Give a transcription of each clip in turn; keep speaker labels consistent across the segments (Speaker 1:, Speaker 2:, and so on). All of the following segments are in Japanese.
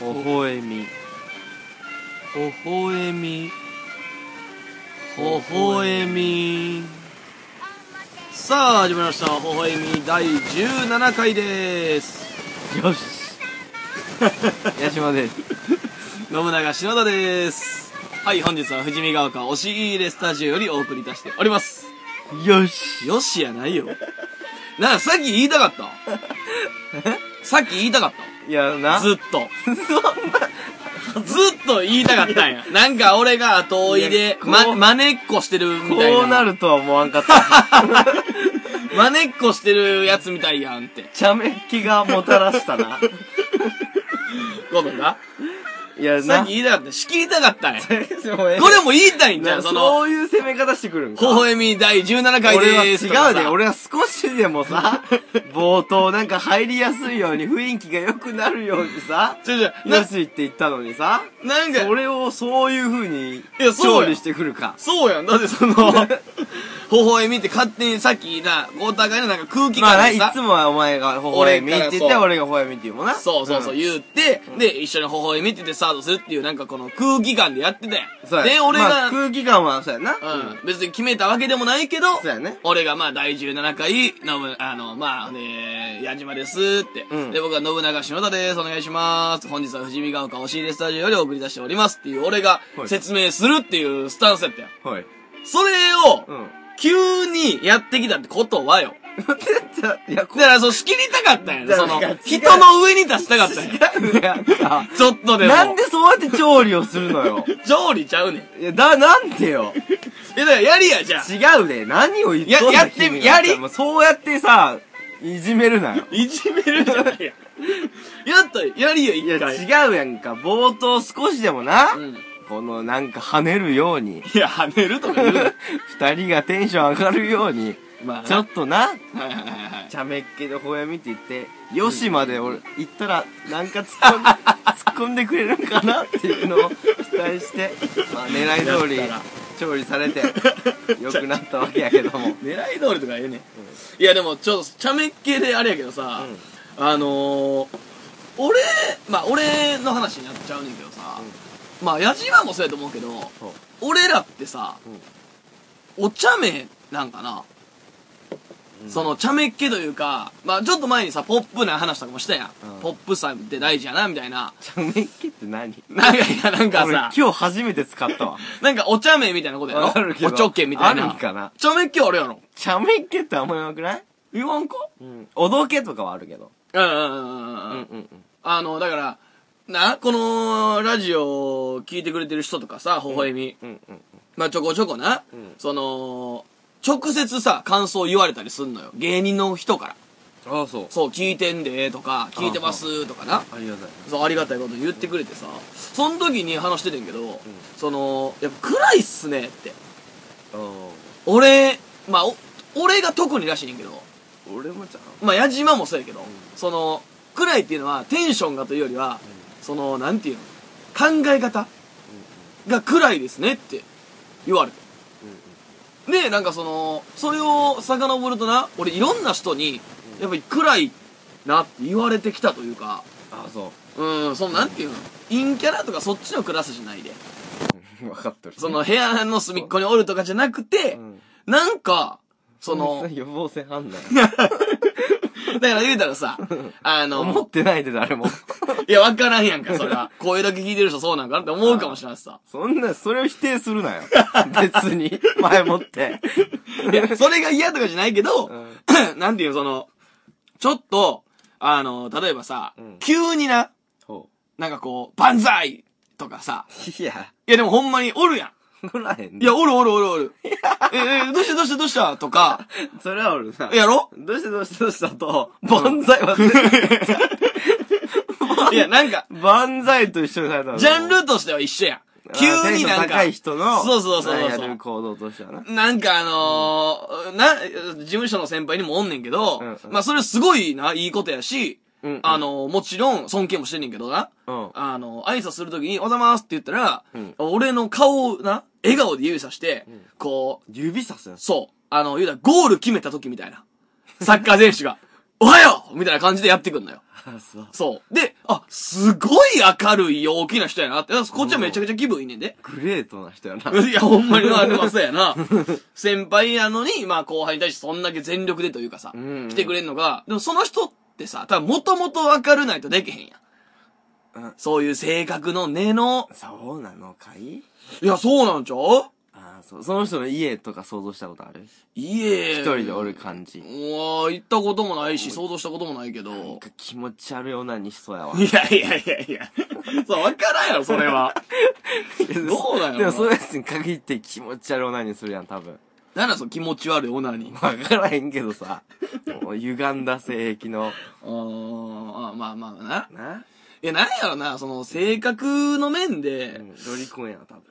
Speaker 1: ほえみほほえみほほえみさあ始まりました「ほほえみ」第17回です
Speaker 2: よし八島です
Speaker 1: 信長篠田ですはい本日は富士見ヶ丘押し入れスタジオよりお送りいたしております
Speaker 2: よし
Speaker 1: よしやないよなんかさっき言いたかったさっき言いたかっ
Speaker 2: いや
Speaker 1: た
Speaker 2: な
Speaker 1: ずっと ずっと言いたかったんや。なんか俺が後追い
Speaker 2: いや
Speaker 1: で、
Speaker 2: こう
Speaker 1: ま、まねっこしてるみたいな。
Speaker 2: こうなるとは思わんかった
Speaker 1: まねっこしてるやつみたいやんって。
Speaker 2: ちゃめっ気がもたらしたな
Speaker 1: ことが。
Speaker 2: いやな
Speaker 1: さっ き言いたかった。仕切りたかったんや。 こ
Speaker 2: もええ
Speaker 1: れも言いたいんじゃ、
Speaker 2: なんそ
Speaker 1: その、
Speaker 2: ういう攻め方してくるん
Speaker 1: 微
Speaker 2: か
Speaker 1: 笑み第17回
Speaker 2: 俺は
Speaker 1: でーすとか
Speaker 2: 違う
Speaker 1: さ。
Speaker 2: で俺は少しで もさ冒頭なんか入りやすいように雰囲気が良くなるようにさ
Speaker 1: ちょちょ、
Speaker 2: よしって言ったのにさ
Speaker 1: な、なんか、
Speaker 2: それをそういう風に
Speaker 1: いやそうや
Speaker 2: 勝利してくるか
Speaker 1: そうやん。だって その、微笑みって勝手にさっきな、お互いのなんか空気
Speaker 2: まあな
Speaker 1: 感
Speaker 2: い
Speaker 1: でさ、
Speaker 2: つもはお前が微笑みって言っ
Speaker 1: 俺
Speaker 2: て俺が微笑みって言うもんな
Speaker 1: そうそうそう、
Speaker 2: ん
Speaker 1: 言って、で、一緒に微笑みって言ってスタートするっていう、なんかこの空気感でやってたやん。
Speaker 2: そうや
Speaker 1: で、俺が、
Speaker 2: まあ空気感はそうやな
Speaker 1: うん、別に決めたわけでもないけど、
Speaker 2: そうやね
Speaker 1: 俺がまあ第17回、のぶ、あの、まあ、ね、矢島ですって、
Speaker 2: うん
Speaker 1: で、僕は信長篠田です。お願いします。本日は富士見ヶ丘押し入れスタジオよりお送り出しておりますっていう、俺が
Speaker 2: はい
Speaker 1: 説明するっていうスタンスやったよ。
Speaker 2: はい
Speaker 1: それを、
Speaker 2: うん
Speaker 1: 急にやってきたってことはよ。
Speaker 2: いやこ
Speaker 1: だから、そう、仕切りたかった んやね。
Speaker 2: だ
Speaker 1: そ
Speaker 2: から
Speaker 1: の
Speaker 2: 違う、
Speaker 1: 人の上に立ちたかったんや。
Speaker 2: 違うやんか
Speaker 1: ちょっとでも。
Speaker 2: なんでそうやって調理をするのよ
Speaker 1: 調理ちゃうねん。
Speaker 2: いやだなんでよ
Speaker 1: え、だからやりや、じゃあ。
Speaker 2: 違うで何を言っとんの
Speaker 1: ややってみ
Speaker 2: 君は
Speaker 1: やり
Speaker 2: もうそうやってさいじめるなよ
Speaker 1: いじめるじゃないやん。やったらやりよ、
Speaker 2: い
Speaker 1: 一
Speaker 2: や
Speaker 1: 回。
Speaker 2: 違うやんか冒頭少しでもな、
Speaker 1: うん。
Speaker 2: このなんか跳ねるように
Speaker 1: いや、跳ねるとか言うな。
Speaker 2: 二人がテンション上がるように
Speaker 1: まあ、
Speaker 2: ちょっとな
Speaker 1: はいはいはいはい。
Speaker 2: ちゃめっ気でほやみって言って、よしまで俺、行ったら、なんか突っ込ん 突っ込んでくれるんかなっていうのを期待して、まあ狙い通り
Speaker 1: やったら、
Speaker 2: 調理されて、良くなったわけやけども。
Speaker 1: 狙い通りとか言うね、いやでもちょっとちゃめっ気であれやけどさ、あのー、俺まあ俺の話になっちゃうねんけどさ、まあ矢島もそうやと思うけど俺らってさ、お茶目なんかな、その茶目っ気というかまあちょっと前にさポップな話とかもしたやん、
Speaker 2: うん
Speaker 1: ポップさって大事やなみたいな
Speaker 2: ちゃめっ気って何
Speaker 1: なんかいやなんか
Speaker 2: 俺
Speaker 1: さ
Speaker 2: 今日初めて使ったわ。
Speaker 1: なんかお茶目みたいなことやろ
Speaker 2: わかるけど
Speaker 1: おちょけみたいな
Speaker 2: あるんかな
Speaker 1: 茶目っ気あるやろ
Speaker 2: ちゃめっ気ってあんまりなくない
Speaker 1: 言わんか
Speaker 2: うん。おどけとかはあるけど。
Speaker 1: うんうんうんうん
Speaker 2: う
Speaker 1: うん
Speaker 2: ん
Speaker 1: あの、だから、な、このラジオを聞いてくれてる人とかさ、微笑み。
Speaker 2: うん。うんうん。
Speaker 1: まあ、ちょこちょこな、
Speaker 2: うん
Speaker 1: その、直接さ、感想言われたりすんのよ。芸人の人から。
Speaker 2: ああ、そう。
Speaker 1: そう、聞いてんで、とか、聞いてます、とかな。
Speaker 2: ありがたい。
Speaker 1: そう、ありがたいこと言ってくれてさ、その時に話しててんけど、その、やっぱ暗いっすねって。
Speaker 2: あ
Speaker 1: 俺、まあ、お俺が特にらしいねんけど、
Speaker 2: 俺もちゃ
Speaker 1: まあ、矢島もそうやけど、その、暗いっていうのは、テンションがというよりは、その、なんていうの、考え方が暗いですねって言われて。で、なんかその、それを遡るとな、俺いろんな人に、やっぱり暗いなって言われてきたというか、
Speaker 2: ああ、そ
Speaker 1: うん、その、なんていうの、陰キャラとかそっちのクラスじゃないで、
Speaker 2: う。 分かっとる。
Speaker 1: その、部屋の隅っこにおるとかじゃなくて
Speaker 2: う、ん、、
Speaker 1: なんか、その
Speaker 2: 予防性 判断。
Speaker 1: だから言うたらさ、あの、
Speaker 2: 思ってない で誰も。
Speaker 1: いや、わからんやんか、それは。声だけ聞いてる人そうなんかなって思うかもしれないしさ。
Speaker 2: そんな、それを否定するなよ。 別に、前もって。
Speaker 1: いや、それが嫌とかじゃないけど、
Speaker 2: うん
Speaker 1: なんていうのその、ちょっと、あの、例えばさ、
Speaker 2: うん
Speaker 1: 急にな、
Speaker 2: ほ
Speaker 1: なんかこう、万歳とかさ、
Speaker 2: う。いや、
Speaker 1: いやでもほんまにおるや
Speaker 2: おらへん
Speaker 1: ん。いや、おるおるおるお る。え、え、どうしたどうしたどうしたとか、
Speaker 2: それはおるな。
Speaker 1: やろ
Speaker 2: どうしてどうしてどうしたと、万歳は絶
Speaker 1: いや、なんか、
Speaker 2: 対、万歳と一緒にされたの。
Speaker 1: ジャンルとしては一緒やん。急になん
Speaker 2: テンション
Speaker 1: か、
Speaker 2: 高い人の、
Speaker 1: そうそうそうそう
Speaker 2: やる行動としてはな。
Speaker 1: なんかあのーな、事務所の先輩にもおんねんけど、
Speaker 2: うんうん
Speaker 1: まあそれすごいな、いいことやし、
Speaker 2: うんうん
Speaker 1: あのーもちろん尊敬もしてんねんけどな、
Speaker 2: うん
Speaker 1: あのー挨拶するときに、おはようございますって言ったら、
Speaker 2: うん
Speaker 1: 俺の顔をな、笑顔で指さして、こう、
Speaker 2: 指さすよ。
Speaker 1: そう、あの、言うたらゴール決めたときみたいな。サッカー選手が、 おはようみたいな感じでやってくんのよ。
Speaker 2: あ、そう。
Speaker 1: そう。で、あ、すごい明るい陽気な人やなって。だからこっちはめちゃくちゃ気分いいねんで。
Speaker 2: グレートな人やな。
Speaker 1: いや、ほんまに、まあ、でもそうやな。先輩やのに、まあ、後輩に対してそんだけ全力でというかさ、
Speaker 2: うん
Speaker 1: 来てくれんのが、でもその人ってさ、多分もともと明るないとできへんやん。
Speaker 2: うん
Speaker 1: そういう性格の根の、
Speaker 2: そうなのかい
Speaker 1: いや、そうなんちゃう
Speaker 2: ああ、そう。その人の家とか想像したことある
Speaker 1: いえ。
Speaker 2: 一人でおる感
Speaker 1: う
Speaker 2: じ。
Speaker 1: わ行ったこともないし、想像したこともないけど。
Speaker 2: なんか気持ち悪い女にしそうやわ。
Speaker 1: いやいやいやいや。 そう、わからんやろ、それは。 どうだよな
Speaker 2: でもそういうやつに限って気持ち悪い女にするやん、多分。
Speaker 1: なんだその気持ち悪いオナニー。
Speaker 2: わからへんけどさ。もう歪んだ性癖の。
Speaker 1: あーあ、まあまあな。
Speaker 2: な、
Speaker 1: いや、なんやろな、その、性格の面
Speaker 2: う
Speaker 1: で、
Speaker 2: ん、ロリコンやな、多分。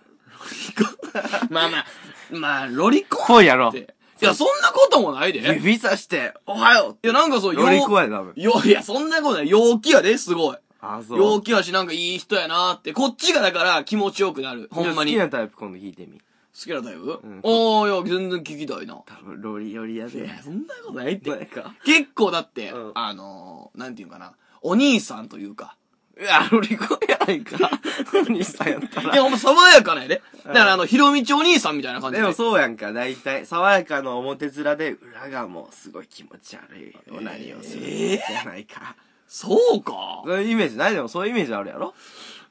Speaker 1: まあまあ、まあ、ロリコンって。
Speaker 2: こうやろ
Speaker 1: いや、そんなこともないで。い
Speaker 2: 指さして、おはよ
Speaker 1: や、なんかそうう、
Speaker 2: ロリコ
Speaker 1: よ
Speaker 2: ンや、多分
Speaker 1: う。よう、いや、そんなことない。陽気やで、すごい。
Speaker 2: あ、そう。
Speaker 1: 陽気やし、なんかいい人やなって。こっちがだから気持ちよくなる。ほんまに。
Speaker 2: じゃあ
Speaker 1: 好
Speaker 2: 好きなタイプ今度聞いてみ。
Speaker 1: きなタイプ
Speaker 2: うん
Speaker 1: おー、いや、全然聞きたいな。
Speaker 2: 多分、ロリよりや
Speaker 1: い
Speaker 2: で。
Speaker 1: や、そんなことないって。
Speaker 2: 前か。
Speaker 1: 結構だって、
Speaker 2: うん
Speaker 1: あのー、なんていうかな。お兄さんというか。
Speaker 2: いや、ロリコンやない か。お兄さんやった
Speaker 1: いや、
Speaker 2: ら。
Speaker 1: ほんま爽やかなんやで。だから、あの、ひろみちお兄さんみたいな感じ
Speaker 2: で
Speaker 1: で。
Speaker 2: もそうやんか、大体。爽やかの表面で、裏がもうすごい気持ち悪い。オナニーをする。
Speaker 1: え
Speaker 2: じゃないか。
Speaker 1: そうか。
Speaker 2: そういうイメージないでもそういうイメージあるやろ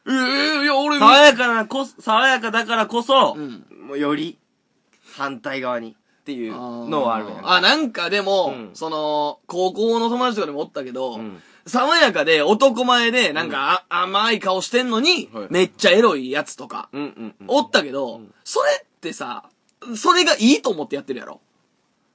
Speaker 1: ええいや、俺、
Speaker 2: 爽やかなこ、爽やかだからこそ、
Speaker 1: うん
Speaker 2: もうより、反対側にっていうのはあるやんか。
Speaker 1: あ、なんかでも、
Speaker 2: うん
Speaker 1: その、高校の友達とかでもおったけど、
Speaker 2: うん
Speaker 1: 爽やかで男前で、なんか、あ甘い顔してんのに、
Speaker 2: はい
Speaker 1: めっちゃエロいやつとか、
Speaker 2: うんうんうん。
Speaker 1: おったけど、それってさ、それがいいと思ってやってるやろ。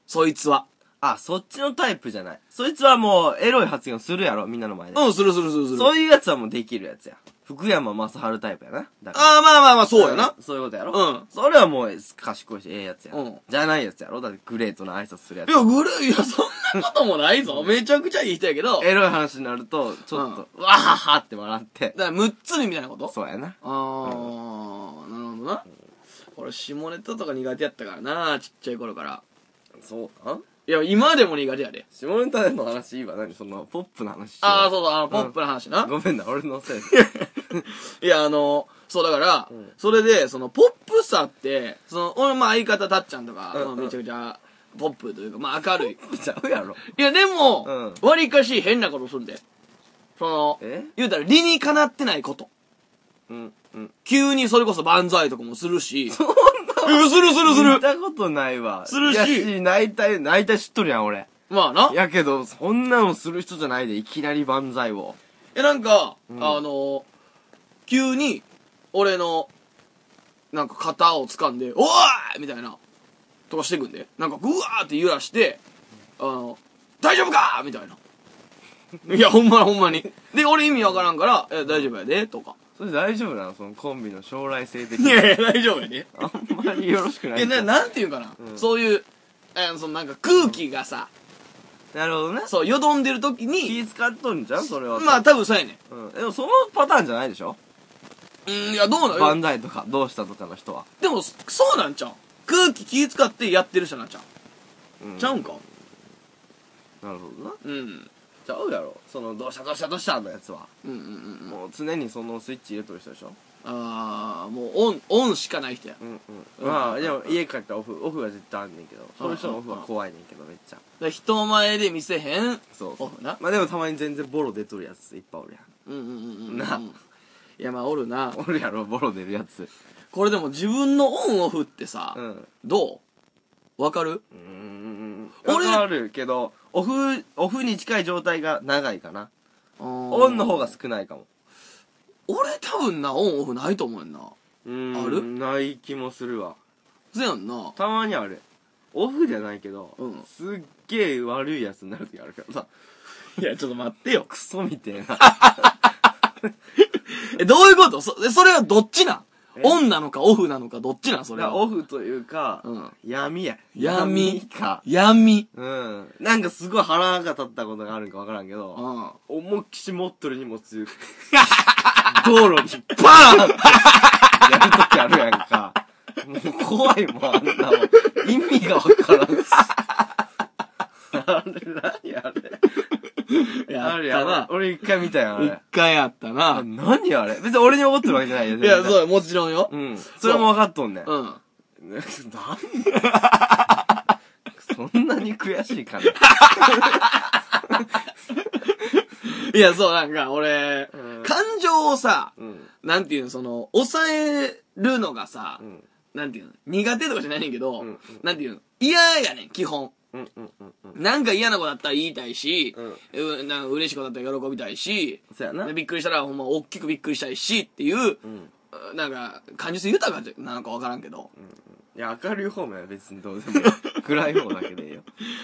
Speaker 1: そいつは。
Speaker 2: あ、そっちのタイプじゃない。そいつはもう、エロい発言するやろ、みんなの前で。
Speaker 1: うん、するするするする。
Speaker 2: そういうやつはもうできるやつや。福山雅治タイプやな。だから
Speaker 1: ああ、まあまあまあ、そうやな。
Speaker 2: そういうことやろ
Speaker 1: うん
Speaker 2: それはもう、賢いし、ええやつや。
Speaker 1: うん
Speaker 2: じゃないやつやろだって、グレートな挨拶するやつ
Speaker 1: い。や、ぐるい、いや、そんなこともないぞ。めちゃくちゃいい人やけど、だか
Speaker 2: エロい話になると、ちょっと、わははって笑って。
Speaker 1: ら、むっつりみたいなこと
Speaker 2: そうやな。
Speaker 1: あー、なるほどな。俺、下ネタとか苦手やったからな、ちっちゃい頃から。
Speaker 2: そうなん
Speaker 1: いや、今でも苦手やで。
Speaker 2: 下ネタの話いいわ。何その、ポップな話しよう。
Speaker 1: あー、そうそう、あの、ポップな話な。
Speaker 2: ごめんな、俺のせいで。
Speaker 1: いや、あの、そうだから、それで、その、ポップさって、その、俺、まあ、相方、たっちゃんとか、
Speaker 2: うんうん
Speaker 1: めちゃくちゃ、ポップというか、まあ、明るい。
Speaker 2: ちゃうやろ。
Speaker 1: いや、でも、
Speaker 2: うん
Speaker 1: 割かし変なことするんで。その
Speaker 2: え、
Speaker 1: 言うたら、理にかなってないこと。
Speaker 2: うん、うん。
Speaker 1: 急にそれこそ万歳とかもするし。そんなするするす
Speaker 2: 見
Speaker 1: る。
Speaker 2: たことないわ。
Speaker 1: するし
Speaker 2: いや泣いたい、泣いたい知っとるやん、俺。
Speaker 1: まあな。
Speaker 2: やけど、そんなのする人じゃないで、いきなり万歳を。
Speaker 1: え、なんか、
Speaker 2: ん
Speaker 1: あの、急に、俺の、なんか肩を掴んで、おーいみたいな、とかしてくんで。なんか、ぐわーって揺らして、あの、大丈夫かみたい な。いや、ほんまにほんまに。で、俺意味わからんから、え、大丈夫やで、とか。
Speaker 2: それ大丈夫なのそのコンビの将来性的
Speaker 1: い
Speaker 2: に。
Speaker 1: やいや、大丈夫やで。
Speaker 2: あんまりよろしくない
Speaker 1: え、
Speaker 2: んだ。
Speaker 1: な、なんていうんかな。
Speaker 2: うん
Speaker 1: そういう、え、そのなんか空気がさ、
Speaker 2: なるほどね。
Speaker 1: そう、よどんでる時に、
Speaker 2: 気使っとんじゃんそれは。
Speaker 1: まあ、多分そうやねん。
Speaker 2: うん。でもそのパターンじゃないでしょ
Speaker 1: うん、いや、どうなの
Speaker 2: 万歳とか、どうしたとかの人は。
Speaker 1: でも、そうなんちゃう空気気使ってやってる人なんちゃう
Speaker 2: うん
Speaker 1: ちゃうんか
Speaker 2: なるほどな。
Speaker 1: うん。うん
Speaker 2: ちゃうやろ。その、どうしたどうしたどうしたのやつは。
Speaker 1: うんうんうん。
Speaker 2: もう常にそのスイッチ入れとる人でしょ
Speaker 1: ああ、もうオン、オンしかない人や。だか
Speaker 2: うんうんん。まあ、でも家帰ったらオフ、オフは絶対あんねんけど。そういう人のオフは
Speaker 1: うん
Speaker 2: 怖いねんけど、めっちゃ。
Speaker 1: ら人前で見せへん。
Speaker 2: そう
Speaker 1: オ
Speaker 2: そう。
Speaker 1: フな。
Speaker 2: まあでもたまに全然ボロ出とるやついっぱいおるや
Speaker 1: う
Speaker 2: ん。
Speaker 1: んうんうんうん。
Speaker 2: ない
Speaker 1: や、まあおるな。
Speaker 2: おるやろ、ボロ出るやつ。
Speaker 1: これでも自分のオンオフってさ、
Speaker 2: うん。
Speaker 1: どうわかる
Speaker 2: うーん。
Speaker 1: 俺
Speaker 2: 俺はあるけど、オフ、オフに近い状態が長いかな。
Speaker 1: オ
Speaker 2: オンの方が。少ないかも。
Speaker 1: 俺多分な、オンオフないと思うねんな。
Speaker 2: うん
Speaker 1: ある
Speaker 2: ない気もするわ。
Speaker 1: そうやんな。
Speaker 2: たまにある。オフじゃないけど、
Speaker 1: うん
Speaker 2: すっげえ悪いやつになる時あるからさ、
Speaker 1: いや、ちょっと待ってよ。
Speaker 2: クソみてえな。
Speaker 1: え、どういうことそ、それはどっちなん
Speaker 2: え
Speaker 1: オンなのかオフなのかどっちなんそれは。
Speaker 2: オフというか、
Speaker 1: うん
Speaker 2: 闇や。
Speaker 1: 闇
Speaker 2: か。
Speaker 1: 闇。
Speaker 2: うん。なんかすごい腹が立ったことがあるんかわからんけど、
Speaker 1: うん。
Speaker 2: 思いっきし持っとる 荷物、道路にバーンってやるときあるやんか。もう怖いもん、あんなもん。意味がわからんし。 あれ、何あれ。
Speaker 1: や
Speaker 2: あ
Speaker 1: っ
Speaker 2: れ
Speaker 1: た
Speaker 2: や
Speaker 1: な
Speaker 2: な。。俺一回見たよ、あ
Speaker 1: 一
Speaker 2: れ。
Speaker 1: 回あったな。
Speaker 2: 何あれ。別に俺に怒ってるわけじゃないよ。
Speaker 1: いや、そう
Speaker 2: う。
Speaker 1: よもちろんよ。
Speaker 2: うん。それも分かっとんねん。
Speaker 1: うん。
Speaker 2: なんそんなに悔しいかな。
Speaker 1: いや、そう、なんか、俺、
Speaker 2: うん
Speaker 1: 感情をさ、
Speaker 2: うん。
Speaker 1: なんていうの、その、抑えるのがさ、
Speaker 2: うん。
Speaker 1: なんていうの、苦手とかじゃないねんけど、
Speaker 2: うんうん
Speaker 1: なんていうの、嫌やねん、基本。
Speaker 2: うん。うん。うん。
Speaker 1: なんか嫌な子だったら言いたいし、うなんか嬉しい子だったら喜びたいし、
Speaker 2: そうやな。
Speaker 1: でびっくりしたらほんま大きくびっくりしたいしっていう、
Speaker 2: うん。
Speaker 1: なんか、感受性豊かなのかわからんけど。
Speaker 2: いや、明るい方もや、別にどうでもいい。 暗い方だけでいいよ。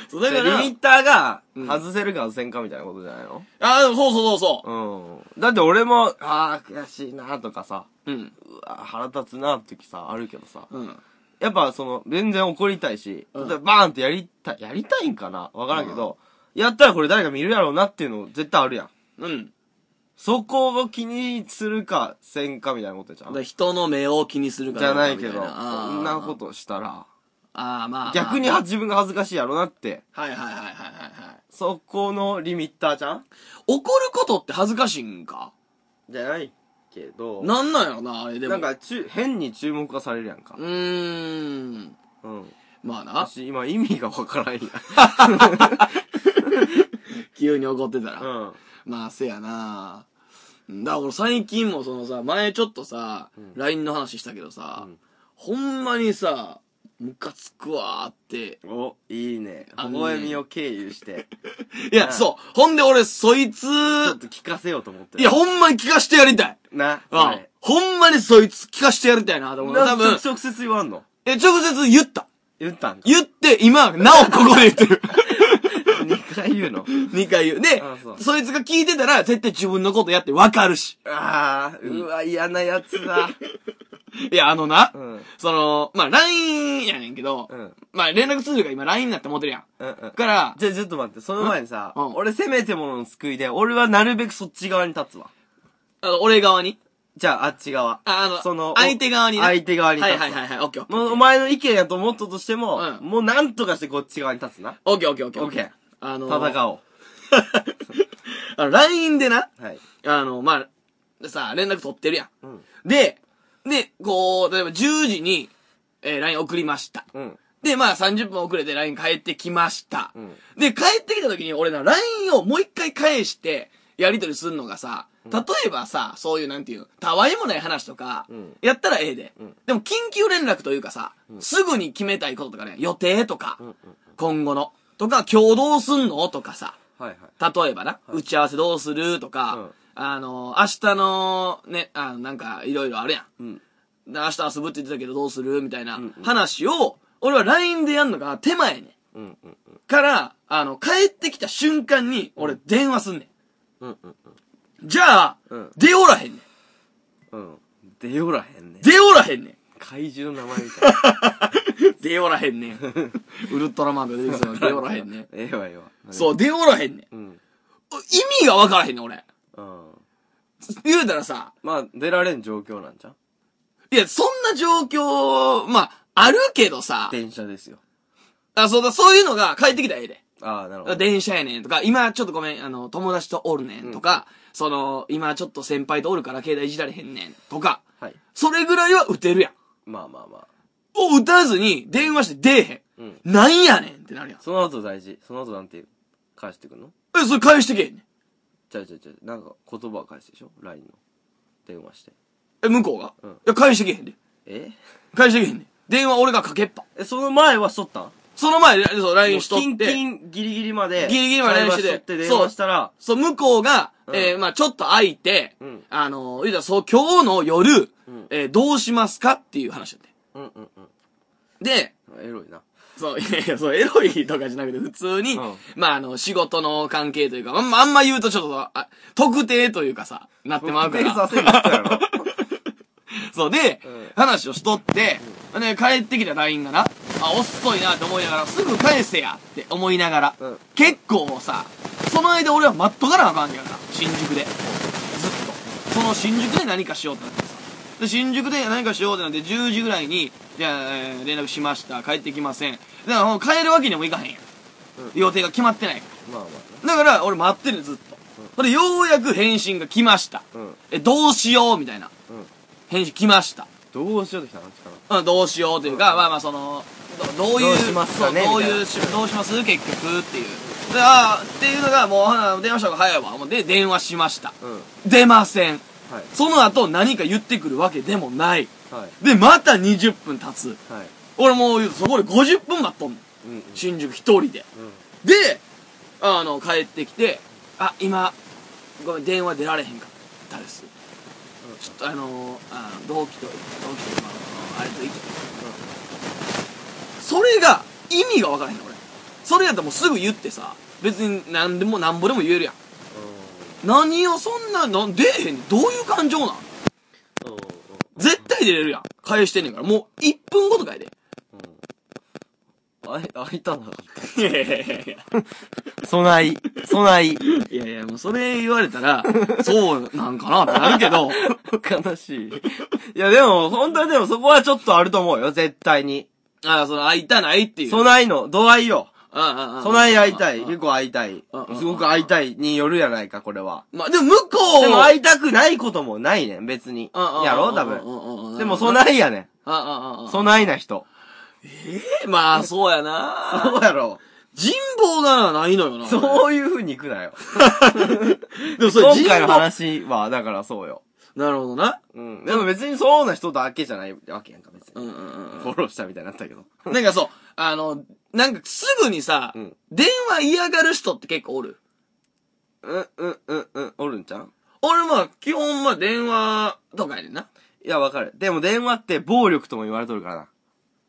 Speaker 1: そう、だから、あ
Speaker 2: リミッターが
Speaker 1: うん
Speaker 2: 外せるか外せんかみたいなことじゃないの
Speaker 1: あ、そうそうそうそ
Speaker 2: うん。だって俺も、ああ、悔しいなとかさ、
Speaker 1: う。うん。
Speaker 2: うわ腹立つなって時さ、あるけどさ、
Speaker 1: うん。
Speaker 2: やっぱその、全然怒りたいし、
Speaker 1: うん
Speaker 2: 例えばバーンってやりたい、やりたいんかなわからんけど、やったらこれ誰か見るやろうなっていうの絶対あるやん。
Speaker 1: うん。
Speaker 2: そこを気にするかせんかみたいなことじゃ
Speaker 1: だから
Speaker 2: ん。
Speaker 1: 人の目を気にするか
Speaker 2: じ
Speaker 1: ら
Speaker 2: ゃないけど、そ
Speaker 1: あー
Speaker 2: んなことしたら、
Speaker 1: ああ、まあ。
Speaker 2: 逆に
Speaker 1: まあ
Speaker 2: は自分が恥ずかしいやろなって、
Speaker 1: はいはいはいはいはいはい。
Speaker 2: そこのリミッターじゃん
Speaker 1: 怒ることって恥ずかしいんか
Speaker 2: じゃないけど
Speaker 1: なんなんやろな、あれでも。
Speaker 2: なん、かちゅ変に注目がされるやんか
Speaker 1: う。ーん。
Speaker 2: うん。
Speaker 1: まあな。
Speaker 2: 私今意味がわからんや。
Speaker 1: 急に怒ってたら。
Speaker 2: うん。
Speaker 1: まあ、せやな。だから俺最近もそのさ、前ちょっとさ、LINE の話したけどさ、
Speaker 2: うん
Speaker 1: ほんまにさ、ムカつくわーって。
Speaker 2: お、いいね。
Speaker 1: あの
Speaker 2: 微
Speaker 1: ね
Speaker 2: 笑みを経由して、
Speaker 1: いや、
Speaker 2: うん
Speaker 1: そう。ほんで俺、そいつ、
Speaker 2: ちょっと聞かせようと思ってる。
Speaker 1: いや、、ほんまに聞かしてやりたい。
Speaker 2: な、
Speaker 1: うん
Speaker 2: 俺
Speaker 1: ほんまにそいつ聞かしてやりたいなと思う。
Speaker 2: な
Speaker 1: 多分
Speaker 2: ち、ょ直接言わんの
Speaker 1: え、直接言った。
Speaker 2: 言ったんか。
Speaker 1: 言って、今、なおここで言ってる。
Speaker 2: 二回言うの。
Speaker 1: 2回言う。で
Speaker 2: あそう
Speaker 1: そ、いつが聞いてたら、絶対自分のことやってわかるし。
Speaker 2: ああ、うわ、嫌なやつだ。
Speaker 1: いや、あのな、
Speaker 2: うん。うん。
Speaker 1: その、まあ、LINE やねんけど、
Speaker 2: うん。
Speaker 1: まあ、連絡ツールが今 LINE になって思ってるやん。
Speaker 2: うん
Speaker 1: だ。から、
Speaker 2: じゃあちょっと待って、その前にさ、
Speaker 1: うん
Speaker 2: 俺せめてものの救いで、俺はなるべくそっち側に立つわ。
Speaker 1: あの俺側に
Speaker 2: じゃああっち側。
Speaker 1: あ、あの、
Speaker 2: その、
Speaker 1: 相手側にな
Speaker 2: 相手側に
Speaker 1: は
Speaker 2: 立つ
Speaker 1: いは
Speaker 2: わ。
Speaker 1: いはいはい、オッケーオッケー。
Speaker 2: もうお前の意見やと思ったとしても、
Speaker 1: うん
Speaker 2: もうなんとかしてこっち側に立つな。
Speaker 1: オッケーオッケーオッケー。
Speaker 2: オッケー。
Speaker 1: あのー、
Speaker 2: 戦おう。
Speaker 1: あの、LINE でな、
Speaker 2: はい。
Speaker 1: あの、まあ、でさ、連絡取ってるや
Speaker 2: うん。
Speaker 1: ん。で、で、こう、例えば10時に、えー LINE 送りました。
Speaker 2: うん。
Speaker 1: で、まあ30分遅れて LINE 帰ってきました。
Speaker 2: うん
Speaker 1: で、帰ってきた時に俺な、LINE をもう一回返して、やりとりするのがさ、例えばさ、そういうなんていうの、たわいもない話とか
Speaker 2: うん、
Speaker 1: やったらええで。
Speaker 2: うん
Speaker 1: でも緊急連絡というかさ、すぐに決めたいこととかね、予定とか、
Speaker 2: うん。
Speaker 1: 今後の、とか、今日どうすんのとかさ、
Speaker 2: はいはい。
Speaker 1: 例えばな、打ち合わせどうするとか、あの、明日のね、あの、なんかいろいろあるやん。
Speaker 2: うん。
Speaker 1: で明日遊ぶって言ってたけどどうするみたいな
Speaker 2: うんうん
Speaker 1: 話を、俺は LINE でやんのが手前ね。
Speaker 2: うん。うん。
Speaker 1: から、あの、帰ってきた瞬間に、俺電話すんね
Speaker 2: うん。うん。
Speaker 1: ん。じゃあ、
Speaker 2: うん
Speaker 1: 出おらへんねん。
Speaker 2: うん。出おらへんね。
Speaker 1: 出おらへんねん。
Speaker 2: 怪獣の名前みたいな。
Speaker 1: 出おらへんねん。ウルトラマンとか出てき そうな出おらへんねん。
Speaker 2: ええわええわ。
Speaker 1: そう、出おらへんねん。
Speaker 2: うん。
Speaker 1: 意味がわからへんねん、俺。
Speaker 2: うん。
Speaker 1: 言うたらさ、
Speaker 2: まあ、出られん状況なんじゃん
Speaker 1: いや、そんな状況、まあ、あるけどさ、
Speaker 2: 電車ですよ。
Speaker 1: あ、そうだ、そういうのが帰ってきたらええで。
Speaker 2: ああ、なるほど。
Speaker 1: 電車やねんとか、今ちょっとごめん、あの、友達とおるねんとか、その、今ちょっと先輩とおるから携帯いじられへんねんとか、
Speaker 2: はい。
Speaker 1: それぐらいは打てるやん。
Speaker 2: まあまあまあ。
Speaker 1: を打たずに電話して出えへん。
Speaker 2: う
Speaker 1: なんやねんってなるやん。
Speaker 2: その後大事。その後なんて返してくんの
Speaker 1: え、それ返してけえへんねん。
Speaker 2: じゃあじゃあじゃあなんか言葉を返すでしょ ?LINE の。電話して。
Speaker 1: え、向こうが。
Speaker 2: うん
Speaker 1: いや、返してけえへんで。
Speaker 2: え
Speaker 1: 返してけえへんねん。電話俺がかけっぱ。
Speaker 2: え、その前はしとったん
Speaker 1: その前で、そう、LINE しとっ
Speaker 2: キンキ
Speaker 1: て。
Speaker 2: ンギリギリまで。
Speaker 1: ギリギリまで
Speaker 2: 会話
Speaker 1: して
Speaker 2: しとって電話したら、
Speaker 1: そう、向こうが、
Speaker 2: うん
Speaker 1: えーまあちょっと空いて、
Speaker 2: うん
Speaker 1: あのー、言うたら、そう、今日の夜、
Speaker 2: うん
Speaker 1: えーどうしますかっていう話だって。
Speaker 2: うんうんうん。
Speaker 1: で、
Speaker 2: エロいな。
Speaker 1: そう、いやいや、そう、エロいとかじゃなくて、普通に、
Speaker 2: うん
Speaker 1: まあ、あの、仕事の関係というか、あんま、あんま言うとちょっと、あ特定というかさ、なってまうか
Speaker 2: 特定さ
Speaker 1: ら。
Speaker 2: せる人やろ。
Speaker 1: そうで、
Speaker 2: うん
Speaker 1: 話をしとって、で、帰ってきた LINE がな、あ、遅いなって思いながら、すぐ返せやって思いながら、
Speaker 2: うん
Speaker 1: 結構さ、その間俺は待っとかなあかんねやから、新宿で。ずっと。その新宿で何かしようってなってさ。で、新宿で何かしようってなって、10時ぐらいに、じゃあ、えー連絡しました。帰ってきません。だから、もう帰るわけにもいかへんやん。
Speaker 2: う
Speaker 1: 予定が決まってないか
Speaker 2: まあま
Speaker 1: ら。だから、俺待ってるのずっと。それ、ようやく返信が来ました。
Speaker 2: あなうん
Speaker 1: え、どうしようみたいな。
Speaker 2: うん
Speaker 1: 返信来ました。
Speaker 2: どうしようときた話かな
Speaker 1: うん、どうしようというか、まあまあ、その、どどういう、
Speaker 2: どうしますかね
Speaker 1: そうどう
Speaker 2: みた
Speaker 1: い
Speaker 2: い
Speaker 1: う
Speaker 2: な
Speaker 1: し、どうします結局っていう。で、ああ、っていうのが、もう、あ電話した方が早いわ。もうで、電話しました。
Speaker 2: うんは
Speaker 1: 出ません。
Speaker 2: い
Speaker 1: その後、何か言ってくるわけでもない。
Speaker 2: はい
Speaker 1: で、また20分経つ。
Speaker 2: はい
Speaker 1: 俺もう、そこで50分待っとんの。
Speaker 2: うんうん
Speaker 1: 新宿一人で。で、あの、帰ってきて、あ、今、ごめん、電話出られへんかったです。ちょっとあのー、あの同期と、同期と、まあ、あれと行け。それが、意味がわからへんの、俺。それやったらもうすぐ言ってさ、別に何でも何ぼでも言えるやん。何をそんな、なん出えへんねんどういう感情なん
Speaker 2: うんうんうん
Speaker 1: 絶対出れるやん。返してんねんから。もう、1分後とかやで。
Speaker 2: あい開いたんだ
Speaker 1: いやいやいやいや。
Speaker 2: 備い備い
Speaker 1: いやいや、もうそれ言われたら、そうなんかなってなるけ ど、
Speaker 2: 悲しいいやでも本当にでもそこはちょっとあると思うよ絶対に
Speaker 1: ああ、その、会いたないっていう。
Speaker 2: 備いの度合いよ
Speaker 1: ああああああ
Speaker 2: 備い会いたい
Speaker 1: ああ
Speaker 2: 結構会いたい
Speaker 1: ああ
Speaker 2: すごく会いたいによるやないかこれは
Speaker 1: まあ、でも向こう
Speaker 2: でも会いたくないこともないねん別に
Speaker 1: ああ
Speaker 2: やろ
Speaker 1: あ
Speaker 2: 多
Speaker 1: あ
Speaker 2: 分
Speaker 1: ああああ
Speaker 2: でも備いやね
Speaker 1: あああ
Speaker 2: ん
Speaker 1: あ。
Speaker 2: 備いな人
Speaker 1: えまあ、そうやな。
Speaker 2: そうやろ
Speaker 1: 人望がないのよな。
Speaker 2: そういう風に行くなよ
Speaker 1: う。でもそれ
Speaker 2: 今
Speaker 1: 人
Speaker 2: 回の
Speaker 1: 望。
Speaker 2: 話はだからそうよ
Speaker 1: なるほどな。
Speaker 2: うん。でも別にそうな人だけじゃないわけやんか、別
Speaker 1: う
Speaker 2: に。
Speaker 1: んうんうん
Speaker 2: フォローしたみたいになったけど。
Speaker 1: うん。 なんかそう、あの、なんかすぐにさ
Speaker 2: うん、
Speaker 1: 電話嫌がる人って結構おる。
Speaker 2: うん、うん、うん、うん、おるんちゃん
Speaker 1: 俺まあ、基本まあ電話とかやねんな。
Speaker 2: いや、わかる。でも電話って暴力とも言われとるからな。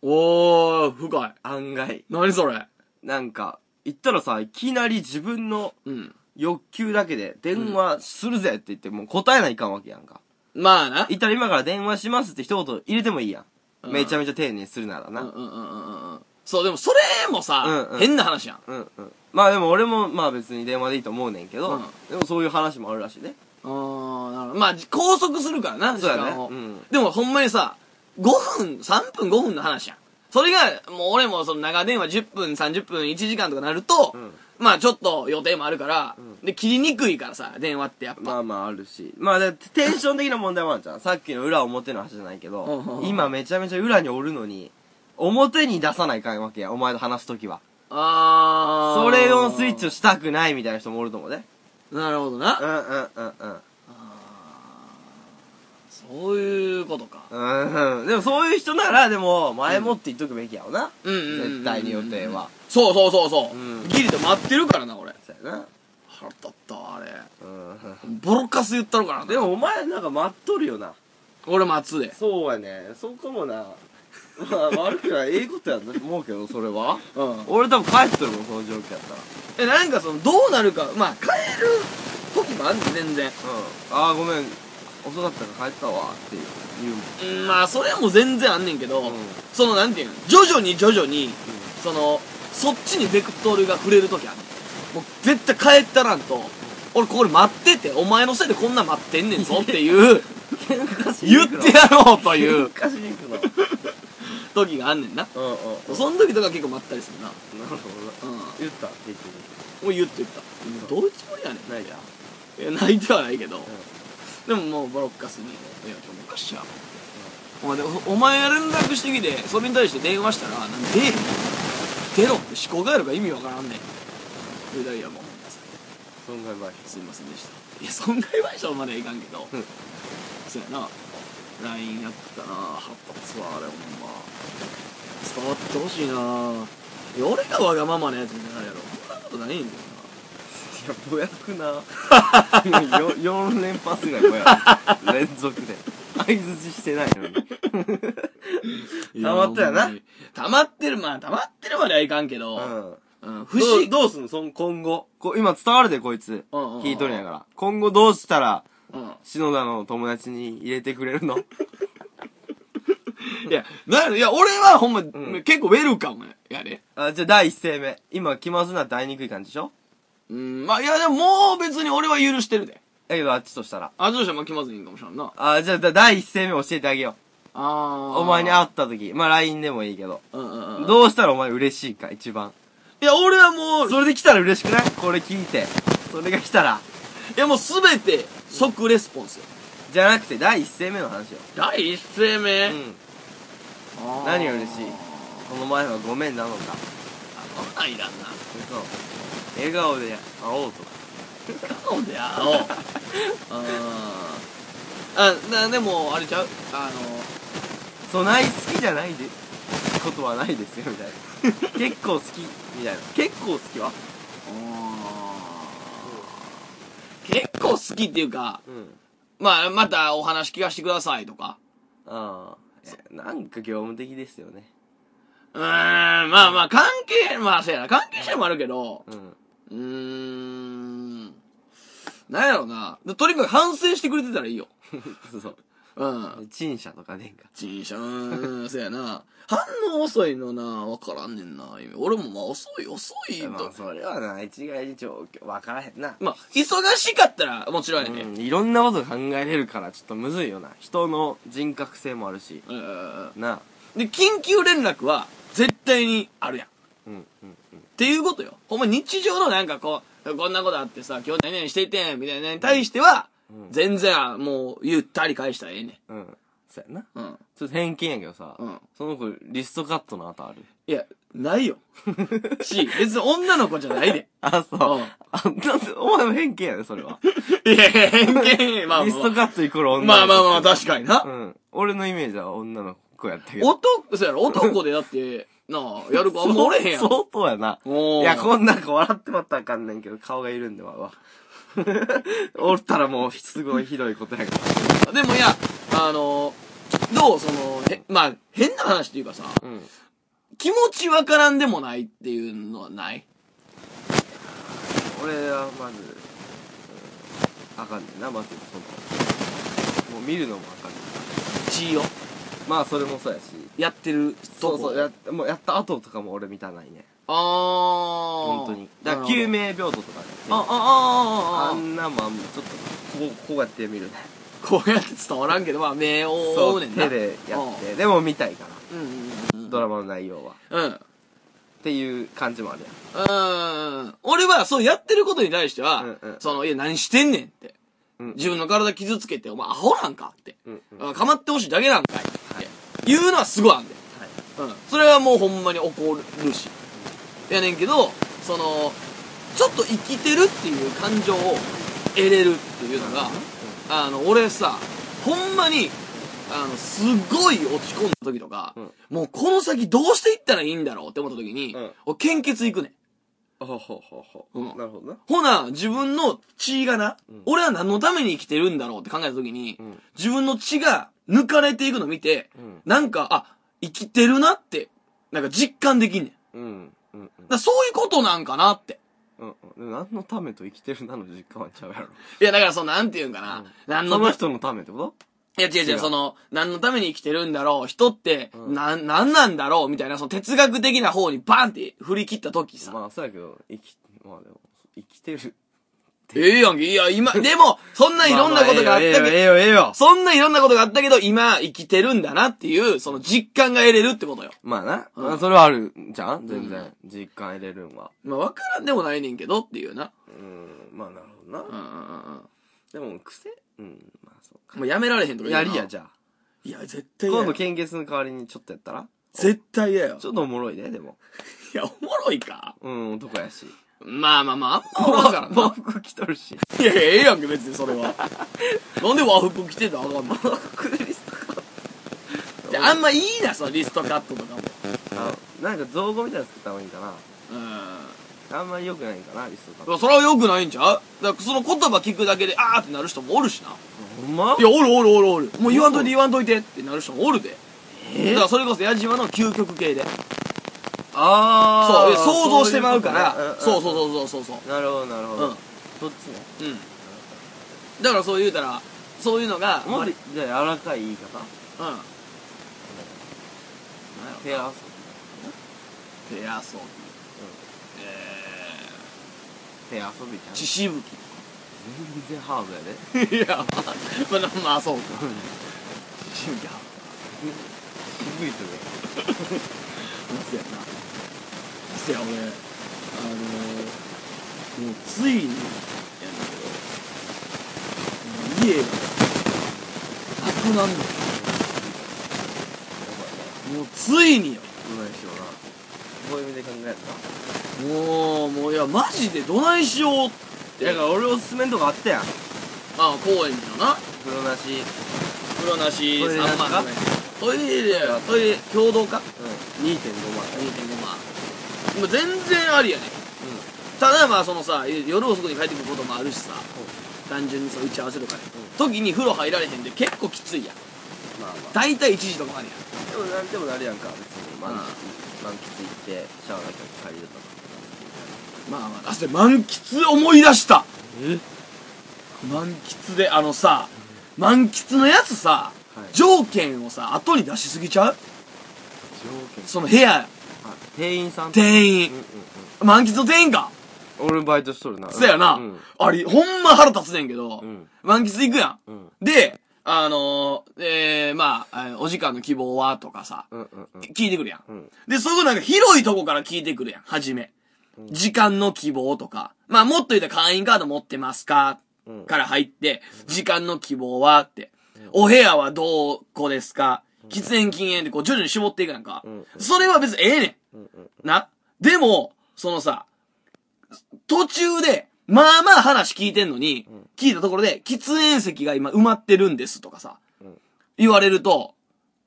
Speaker 1: おー、深い。
Speaker 2: 案外。
Speaker 1: 何それ。
Speaker 2: なんか、言ったらさ、いきなり自分の
Speaker 1: うん。
Speaker 2: 欲求だけで、電話するぜって言って、もう答えないかんわけやんか。
Speaker 1: まあな。
Speaker 2: 言ったら今から電話しますって一言入れてもいいや
Speaker 1: うん
Speaker 2: ん。めちゃめちゃ丁寧にするなら
Speaker 1: うん
Speaker 2: な。
Speaker 1: うんうんうんうん。そう、でもそれもさ
Speaker 2: うんう、ん
Speaker 1: 変な話やん。
Speaker 2: うん、うん。まあでも俺も、まあ別に電話でいいと思うねんけど、
Speaker 1: うん
Speaker 2: でもそういう話もあるらしいね。
Speaker 1: あーなるほどまあ、拘束するからな、
Speaker 2: そうやね
Speaker 1: 時間を
Speaker 2: うん
Speaker 1: でもほんまにさ、5分、3分5分の話やん。それが、もう俺もその長電話10分、30分、1時間とかなると、
Speaker 2: うん
Speaker 1: まあちょっと予定もあるから、
Speaker 2: ん
Speaker 1: で、切りにくいからさ、電話ってやっぱ。
Speaker 2: まあまああるし。まあで、テンション的な問題もあるじゃん。さっきの裏表の話じゃないけ
Speaker 1: うんうんう
Speaker 2: ど
Speaker 1: ん、
Speaker 2: 今めちゃめちゃ裏におるのに、表に出さないかんわけや。お前と話すときは。
Speaker 1: あー。
Speaker 2: それをスイッチをしたくないみたいな人もおると思うね。
Speaker 1: なるほど
Speaker 2: う
Speaker 1: な。
Speaker 2: んうんうんうん。
Speaker 1: そういうことか。
Speaker 2: うんうん。でもそういう人なら、でも、前もって言っとくべきやろな。
Speaker 1: うんうんうんうん
Speaker 2: 絶対に予定は。
Speaker 1: そうそうそうそう。
Speaker 2: うん
Speaker 1: ギリと待ってるからな、俺。
Speaker 2: そうやな。
Speaker 1: 腹立ったわあれ。
Speaker 2: うん。
Speaker 1: ボロカス言ったのからな。
Speaker 2: でもお前なんか待っとるよな。
Speaker 1: 俺待つで。
Speaker 2: そうやね。そこもな。まあ悪くない。ええことやと思うけど、それは。
Speaker 1: うん。
Speaker 2: 俺多分帰っとるもん、その状況やった
Speaker 1: え
Speaker 2: ら。
Speaker 1: なんかそのどうなるかまあ変える時もあんねん全然
Speaker 2: うん、ああごめん遅かったから帰ったわって言うもん
Speaker 1: うんまあそれはもう全然あんねんけど、
Speaker 2: うん
Speaker 1: そのなんていうの徐々に徐々にそのそっちにベクトルが触れる時あんねんもう絶対帰ったらんと俺ここで待っててお前のせいでこんなん待ってんねんぞっていう
Speaker 2: 喧嘩し
Speaker 1: 言ってやろうという
Speaker 2: 喧嘩しに行くの
Speaker 1: 時があんねんな
Speaker 2: うんうんうん
Speaker 1: その時とか結構待ったりするな
Speaker 2: なるほど
Speaker 1: うんも
Speaker 2: 言った結局
Speaker 1: う言って言ったどういうつもりやねん
Speaker 2: ないじゃん
Speaker 1: いや泣いてはないけど、でももうボロッカスに「いや今日おかしいやん」お前でおお前が連絡してきてそれに対して電話したら「なんで出えへんの出ろ」って思考回路が意味わからんねんそれで「いやもうごめんなさい
Speaker 2: 損害賠償
Speaker 1: すいませんでした」いや損害賠償まではいかんけど、
Speaker 2: うん
Speaker 1: そうやな LINE やったな発発はあれほんま伝わってほしいないや俺がわがままなやつみたいになるやろそんなことないんだよ
Speaker 2: いやぼやく なよ4連発ぐらいぼやく連続で相槌してないのに
Speaker 1: な
Speaker 2: 溜まったよな
Speaker 1: ほんに溜まってるまあ溜まってるまではいかんけど、
Speaker 2: うん
Speaker 1: うん、不
Speaker 2: 不
Speaker 1: 思議。
Speaker 2: どうすんのそん今後こ今伝わるでこいつ
Speaker 1: うんうんうん
Speaker 2: 聞いとるんやから今後どうしたら
Speaker 1: うん。
Speaker 2: 篠田の友達に入れてくれるの
Speaker 1: いや、なる、いや、俺はほんま、
Speaker 2: ん
Speaker 1: 結構ウェルカムやで。
Speaker 2: あじゃあ第一声目今気まずなって会いにくい感じでしょ
Speaker 1: うん、まあ、いや、でももう別に俺は許してるで。
Speaker 2: だけどあっちとしたら
Speaker 1: あ、どうしたらまあ気まずいんかもしれんな。
Speaker 2: あじゃあだ第一声目教えてあげよ
Speaker 1: ああ
Speaker 2: うお前に会った時まあ LINE でもいいけど
Speaker 1: うんうんうん。
Speaker 2: どうしたらお前嬉しいか一番
Speaker 1: いや、俺はもう、
Speaker 2: それで来たら嬉しくないこれ聞いて。それが来たら。
Speaker 1: いやもうすべて即レスポンスよ。
Speaker 2: じゃなくて、第一声目の話よ。
Speaker 1: 第一声
Speaker 2: う
Speaker 1: 目、
Speaker 2: ん。
Speaker 1: あー
Speaker 2: 何が嬉しいこの前はごめんなのか。
Speaker 1: あ、いらんな。
Speaker 2: そう。笑顔で会おうとか。
Speaker 1: 顔で会 おう。あーあ、な、でも、あれちゃうあ
Speaker 2: そない好きじゃないで、ことはないですよ、みたい な。結構好き、みたいな。結構好きは
Speaker 1: の、結構好きっていうか、
Speaker 2: うん。
Speaker 1: まあ、またお話聞かせてくださいとか。
Speaker 2: ああ。いやなんか業務的ですよね。
Speaker 1: うーん、まあまあ、関係、まあ、そうやな、関係者もあるけど、
Speaker 2: うん。
Speaker 1: うーん、なんやろな。とにかく反省してくれてたらいいよ。
Speaker 2: そう。
Speaker 1: うん。
Speaker 2: 陳謝とかねんか。
Speaker 1: 陳謝、うーん、そうやな。反応遅いのな、わからんねんな。今俺もまあ、遅い、遅い
Speaker 2: まあ、
Speaker 1: と。
Speaker 2: それはな、一概に状況、わからへんな。
Speaker 1: まあ、忙しかったら、もちろんやね。
Speaker 2: うん、いろんなこと考えれるからちょっとむずいよな人の人格性もあるし
Speaker 1: うんうんうん
Speaker 2: な
Speaker 1: で、緊急連絡は、絶対にあるやん。
Speaker 2: うんうん
Speaker 1: っていうことよ。ほんま日常のなんかこう、こんなことあってさ、今日何々していてん、みたいなのに対しては、
Speaker 2: うん
Speaker 1: 全然、もう、ゆったり返したらええね。
Speaker 2: うんうんそうやなん
Speaker 1: うん。
Speaker 2: ちょっと偏見やけどさ、
Speaker 1: うん
Speaker 2: その子リストカットの後ある
Speaker 1: いや、ないよ。 し、別に女の子じゃないで。
Speaker 2: あそう
Speaker 1: うん
Speaker 2: あなんでお前も偏見やでそれは
Speaker 1: いや、偏見、 まあ
Speaker 2: リスト
Speaker 1: ま
Speaker 2: カットイコール
Speaker 1: あ。
Speaker 2: 女
Speaker 1: まあまあまあ、
Speaker 2: だ
Speaker 1: 確かにな。
Speaker 2: うん俺のイメージは女の子やったけど
Speaker 1: 男、そうやろ、男でだって、なあ、やる子あんまおれへんや
Speaker 2: そう
Speaker 1: ろ。
Speaker 2: 相当やな
Speaker 1: おー
Speaker 2: いやこんなんか笑ってまったらあかんねんけど顔が緩んでまうわ おったらもうすごいひどいことやから
Speaker 1: でもいや、あの、どうその、へまあ、変な話っていうかさ、
Speaker 2: うん
Speaker 1: 気持ちわからんでもないっていうのはない
Speaker 2: 俺はまず、うん、あかんねんなまずそのもう見るのもあかんねん
Speaker 1: 血を
Speaker 2: まあそれもそうやし
Speaker 1: やってるとこ。
Speaker 2: そうそうやもうやった後とかも俺見たないね
Speaker 1: あー。
Speaker 2: 本当にだから救命病棟とかね
Speaker 1: あ、あ、
Speaker 2: あ
Speaker 1: あ、あ、あ、あ
Speaker 2: んなまんちょっとこうこうやって見るね
Speaker 1: こうやって伝わらんけど、まあ、目を覆うねんな。
Speaker 2: 手でやってでも見たいか
Speaker 1: うんうんうん。
Speaker 2: らドラマの内容はっ
Speaker 1: うん。うん。
Speaker 2: ていう感じもあるやん
Speaker 1: うん。俺は、そうやってることに対しては、
Speaker 2: うんうん
Speaker 1: その、いや、何してんねんって。
Speaker 2: うん
Speaker 1: 自分の体傷つけて、お前アホなんかって。
Speaker 2: うんうん
Speaker 1: あかまってほしいだけなんかいって。言うのはすごいあんねん。
Speaker 2: はい
Speaker 1: うん。それはもうほんまに怒るし。やねんけど、その、ちょっと生きてるっていう感情を得れるっていうのが、あの、俺さ、ほんまに、あの、すごい落ち込んだ時とか、
Speaker 2: うん
Speaker 1: もうこの先どうしていったらいいんだろうって思った時に、
Speaker 2: うん
Speaker 1: 俺献血行くねん。
Speaker 2: あほうほうほうほう
Speaker 1: うん
Speaker 2: なるほどな
Speaker 1: ほな、自分の血がな、
Speaker 2: うん
Speaker 1: 俺は何のために生きてるんだろうって考えた時に、
Speaker 2: うん
Speaker 1: 自分の血が抜かれていくの見て、
Speaker 2: うん
Speaker 1: なんか、あ、生きてるなって、なんか実感できんねん。
Speaker 2: うんうん
Speaker 1: だからそういうことなんかなって。
Speaker 2: うんうんでも何のためと生きてるなの実感はちゃうやろ
Speaker 1: いや、だからその、なんていうんかな。何の
Speaker 2: その人のためってこと
Speaker 1: いや、違う違
Speaker 2: 違
Speaker 1: う、
Speaker 2: う
Speaker 1: その、何のために生きてるんだろう、人って、
Speaker 2: うん
Speaker 1: なん、なんなんだろう、みたいな、その哲学的な方にバンって振り切った時さ。
Speaker 2: まあそうやけど生きまあでも生 きてる
Speaker 1: ええやんけ、いや、 今、でも、そんないろんなことがあったけ
Speaker 2: ま
Speaker 1: ど、
Speaker 2: ええよええよええよ
Speaker 1: そんないろんなことがあったけど、今、生きてるんだなっていう、その実感が得れるってことよ。
Speaker 2: まあな、
Speaker 1: うん
Speaker 2: まあそれはあるじゃん全然、実感入れるんは
Speaker 1: まあ、わからんでもないねんけど、っていうな。
Speaker 2: うんまあなるほど
Speaker 1: うんうんうんうん。
Speaker 2: でも癖うんまあそうか
Speaker 1: もうやめられへんとか
Speaker 2: やりや
Speaker 1: ゃ。
Speaker 2: じゃあ
Speaker 1: いや、絶対嫌
Speaker 2: 今
Speaker 1: や
Speaker 2: 度。献血の代わりにちょっとやったら
Speaker 1: 絶対嫌よ
Speaker 2: ち。ょっとおもろいねでも
Speaker 1: いや、おもろいか。
Speaker 2: うん男やし
Speaker 1: まあまあまあ、あんまおらん からな。
Speaker 2: 和服着とるし
Speaker 1: いやいや、ええやんけ、別にそれは。なんで和服着てたらあかんの
Speaker 2: 服リスト
Speaker 1: いやあんまいいな、そのリストカットとかも。
Speaker 2: あなんか造語みたいなの作った方がいいんか
Speaker 1: う
Speaker 2: なあんまり良くないんかなリストか
Speaker 1: ん。それは良くないんちゃうだからその言葉聞くだけで、あーってなる人もおるしな。
Speaker 2: ほんま
Speaker 1: いや、おるおるおるおる。もう言わんといて言わんといてってなる人もおるで。だからそれこそ矢島の究極系で。
Speaker 2: あ
Speaker 1: そう、
Speaker 2: あ
Speaker 1: いや想像してまうから。そう
Speaker 2: う
Speaker 1: そ
Speaker 2: いう
Speaker 1: そうそうそうそう
Speaker 2: ことねんんんなるほどなるほ
Speaker 1: う。うん
Speaker 2: ど。そっちね
Speaker 1: うん。だからそう言うたら、そういうのが、
Speaker 2: もっ
Speaker 1: 割
Speaker 2: とじゃあ柔らかい言い方
Speaker 1: うん。なんやろ
Speaker 2: 手合わせ
Speaker 1: 手遊び。え
Speaker 2: 手遊びじ
Speaker 1: ー、
Speaker 2: ゃん
Speaker 1: 血しぶき。
Speaker 2: 全然ハードや で
Speaker 1: いや、まあ、まあ、まあ、そうか。趣味が。
Speaker 2: 渋いとね
Speaker 1: そうやな。そや、俺、あのもうついにやねんけど家がなくなんのもうついによ
Speaker 2: どないしようなこういう意味で考え
Speaker 1: もうもういやマジでどないしようったて
Speaker 2: だから俺おすすめのとこあったやん
Speaker 1: あ高円寺のな
Speaker 2: 風呂なし
Speaker 1: 風呂なし
Speaker 2: トイレなし
Speaker 1: 3万トイレやトイレ共同か
Speaker 2: うん2.5万
Speaker 1: 2.5万もう全然ありやねただまあそのさ夜遅くに帰ってくることもあるしさ単純にさ打ち合わせとかね、時に風呂入られへんで結構きついやん
Speaker 2: うんまあまあ
Speaker 1: 大体1時とかまでやん
Speaker 2: でもなんでもなるやんか別に満喫
Speaker 1: うん
Speaker 2: 満喫行ってシャワーだけ借りるとか
Speaker 1: まあまあだって満喫思い出した
Speaker 2: え
Speaker 1: 満喫であのさ満喫のやつさ、
Speaker 2: はい
Speaker 1: 条件をさ後に出しすぎちゃう
Speaker 2: 条件
Speaker 1: その部屋
Speaker 2: あ店員さん員
Speaker 1: 店員、満喫の店員か
Speaker 2: 俺バイトしとるな
Speaker 1: そやな、
Speaker 2: うん
Speaker 1: あれほんま腹立つねんけど、
Speaker 2: うん
Speaker 1: 満喫行くやん、
Speaker 2: うん
Speaker 1: であのー、えー、まあ、えーお時間の希望はとかさ、
Speaker 2: うんうんうん
Speaker 1: 聞いてくるやん。
Speaker 2: うん
Speaker 1: で、そこなんか広いとこから聞いてくるやん、はじめ。時間の希望とか。まあ、もっと言ったら会員カード持ってますか、
Speaker 2: うん
Speaker 1: から入って、時間の希望はって。お部屋はどこですか喫煙禁煙でこう徐々に絞っていくやんか
Speaker 2: うん。
Speaker 1: それは別にええね
Speaker 2: うんうん
Speaker 1: ん。な。でも、そのさ、途中で、まあまあ話聞いてんのに、聞いたところで、喫煙席が今埋まってるんですとかさ
Speaker 2: うん、
Speaker 1: 言われると、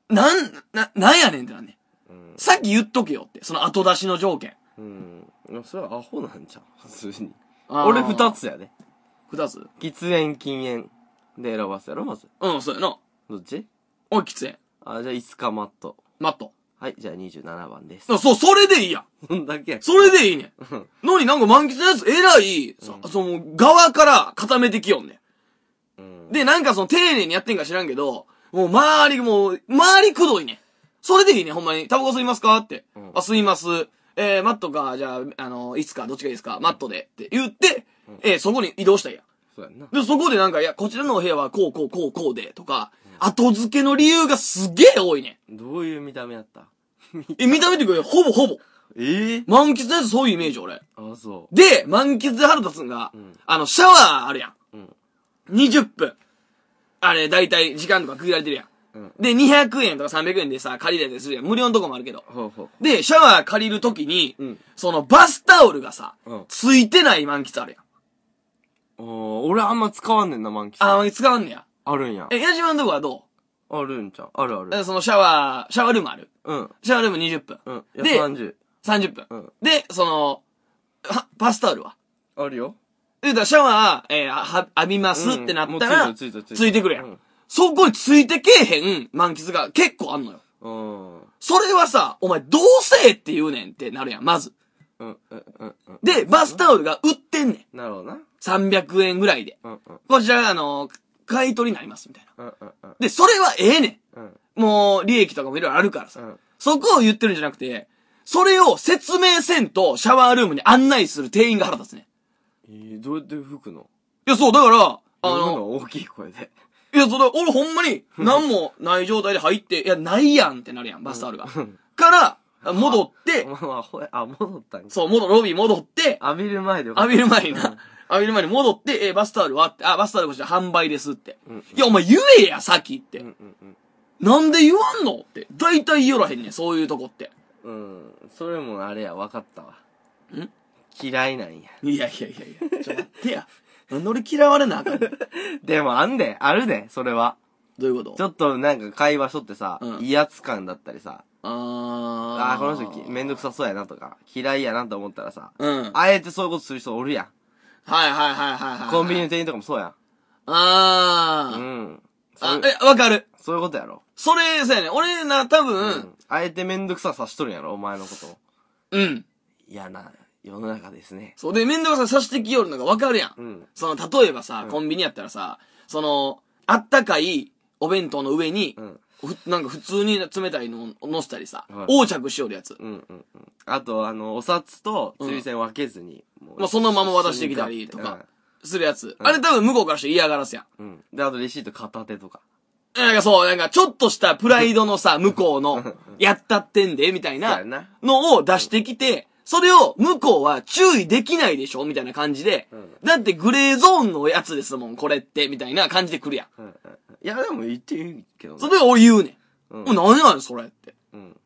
Speaker 1: なん、な、なんやねんってなんねん。
Speaker 2: うん
Speaker 1: さっき言っとけよって、その後出しの条件。
Speaker 2: うんいやそれはアホなんじゃん普通に
Speaker 1: あー
Speaker 2: 俺二。つやで
Speaker 1: 二つ
Speaker 2: 喫煙禁煙で選ばすやろまず
Speaker 1: うん、そうやな。
Speaker 2: どっち
Speaker 1: おい、喫煙。
Speaker 2: あじゃあいつかマット
Speaker 1: マット。
Speaker 2: はいじゃあ27番です
Speaker 1: そう、そうそれでいいやん。
Speaker 2: そんだけや
Speaker 1: それでいいね
Speaker 2: うん
Speaker 1: ん。のになんか満喫のやつ、えらい、さその、側から固めてきよんね
Speaker 2: うん
Speaker 1: ん。で、なんかその、丁寧にやってんか知らんけど、もう周り、もう、周りくどいねん。それでいいねん、ほんまに。タバコ吸いますかって。
Speaker 2: うん
Speaker 1: あ、吸います。えー、マットか、じゃあ、あの、いつか、どっちがいいですか、マットで。って言って、えー、そこに移動したんやん。
Speaker 2: そうやんな
Speaker 1: で、そこでなんか、いや、こちらのお部屋はこうこうこうこうで、とか、後付けの理由がすげえ多いね
Speaker 2: どういう見た目やった
Speaker 1: ん。え、見た目っていうか、ほぼほぼ。
Speaker 2: ええ
Speaker 1: 満喫のやつそういうイメージ、俺。
Speaker 2: あそう
Speaker 1: で、満喫で腹立つんが、
Speaker 2: ん
Speaker 1: あの、シャワーあるやん。
Speaker 2: うん
Speaker 1: 20分。あれ、だいたい時間とか区切られてるやん。
Speaker 2: うん
Speaker 1: で、200円とか300円でさ、借りれたりするやん。無料のとこもあるけど。
Speaker 2: ほうほう
Speaker 1: で、シャワー借りるときに、
Speaker 2: うん
Speaker 1: そのバスタオルがさ、
Speaker 2: うん
Speaker 1: ついてない満喫あるやん。
Speaker 2: おー俺あんま使わんねんな満喫
Speaker 1: あ、満喫使うんねや。
Speaker 2: あるんや
Speaker 1: え、矢島のとこはど
Speaker 2: あるんちゃうあるあ
Speaker 1: うえ
Speaker 2: る
Speaker 1: そのシャワー、シャワールームある
Speaker 2: うん
Speaker 1: シャワールーム20分。
Speaker 2: うんいや
Speaker 1: で
Speaker 2: 30
Speaker 1: 30分。
Speaker 2: うん
Speaker 1: で、その、は、バスタオルは。
Speaker 2: あるよ
Speaker 1: で、だからシャワー、えーあは、浴びますってなったら、
Speaker 2: うんもうついたついたついた
Speaker 1: ついてくるやん。
Speaker 2: うん
Speaker 1: そこについてけえへん満喫が結構あんのよ。
Speaker 2: うんうん
Speaker 1: それはさ、お前どうせえって言うねんってなるやん、まず。
Speaker 2: うんうんうん
Speaker 1: で、バスタオルが売ってんねん。
Speaker 2: なるほどな
Speaker 1: 300円ぐらいで。
Speaker 2: うんうん
Speaker 1: こちら、あの買い取りになります、みたいな。
Speaker 2: うんうんうん
Speaker 1: で、それはええね
Speaker 2: うん
Speaker 1: ん。もう、利益とかもいろいろあるからさ。
Speaker 2: うん
Speaker 1: そこを言ってるんじゃなくて、それを説明せんと、シャワールームに案内する店員が腹立つねん。
Speaker 2: えーどうやって吹くの
Speaker 1: いや、そう、だから、あ
Speaker 2: あ
Speaker 1: の、
Speaker 2: の大きい声で
Speaker 1: いや、それ、俺ほんまに、何もない状態で入って、いや、ないやんってなるやん、バスタオルが。から、戻って
Speaker 2: お、前はアホやあ戻ったんか
Speaker 1: そう、戻、ロビー戻って、
Speaker 2: 浴びる前でよかっ
Speaker 1: 浴び
Speaker 2: た
Speaker 1: る前にな、浴びる前に戻って、え、バスタオルはって、あ、バスタオルこちら販売ですって。
Speaker 2: ん
Speaker 1: いや、お前言えや、さっきって。
Speaker 2: うんうんうん
Speaker 1: なんで言わんのって。大体言おらへんねん、そういうとこって。
Speaker 2: うん、それもあれや、わかったわ。
Speaker 1: ん
Speaker 2: 嫌いなんや。
Speaker 1: いやいやいやいや、ちょ、待ってや。なんで俺嫌われなあかんのど
Speaker 2: でもあんで、あるで、それは。
Speaker 1: ういうこと
Speaker 2: ちょっとなんか会話しとってさ、
Speaker 1: うん
Speaker 2: 威圧感だったりさ、あ
Speaker 1: あ
Speaker 2: あー、この人きめんどく
Speaker 1: さ。
Speaker 2: さそうやなとか、嫌いやなと思ったらさ、
Speaker 1: うん。はい
Speaker 2: あえてそういうことする人おるや
Speaker 1: はいはいはいは
Speaker 2: ん。
Speaker 1: い。
Speaker 2: コンビニの。店員とかもそうやん。う
Speaker 1: ああ。
Speaker 2: ん。
Speaker 1: あ
Speaker 2: そう、
Speaker 1: え、わかる。
Speaker 2: そういうことやろ。
Speaker 1: それ、そうやね。俺な、多
Speaker 2: う
Speaker 1: 分、。
Speaker 2: あえてめんどくささしとるんやろ、お前のことを。
Speaker 1: うん。
Speaker 2: 嫌な世の中ですね。
Speaker 1: そうで、面倒くさい刺してきよるのがわかるやん。
Speaker 2: うん。
Speaker 1: その、例えばさ、コンビニやったらさ、その、あったかいお弁当の上に
Speaker 2: う、ん。
Speaker 1: ふなんか普通に冷たいのを乗せたりさ、
Speaker 2: はい
Speaker 1: 横着しよるやつ。
Speaker 2: うんうんうん。あと、あの、お札と釣り銭分けずに、も
Speaker 1: まあそのまま渡してきたりとか。するやつ。
Speaker 2: うん
Speaker 1: あれ多分向こうからして嫌がらせやん。
Speaker 2: うん。うんで、あとレシート片手とか。
Speaker 1: なんかそう、なんかちょっとした プライドのさ、向こうの、やったってんで、みたい
Speaker 2: そう
Speaker 1: な
Speaker 2: やな
Speaker 1: のを出してきて、それを向こうは注意できないでしょみたいな感じで、
Speaker 2: うん
Speaker 1: だってグレーゾーンのやつですもん、これって、みたいな感じで来るやん。
Speaker 2: うんうんいや、でも言っていいけどね
Speaker 1: それを俺言うね。
Speaker 2: うんん
Speaker 1: もう何なんそれって。
Speaker 2: うん。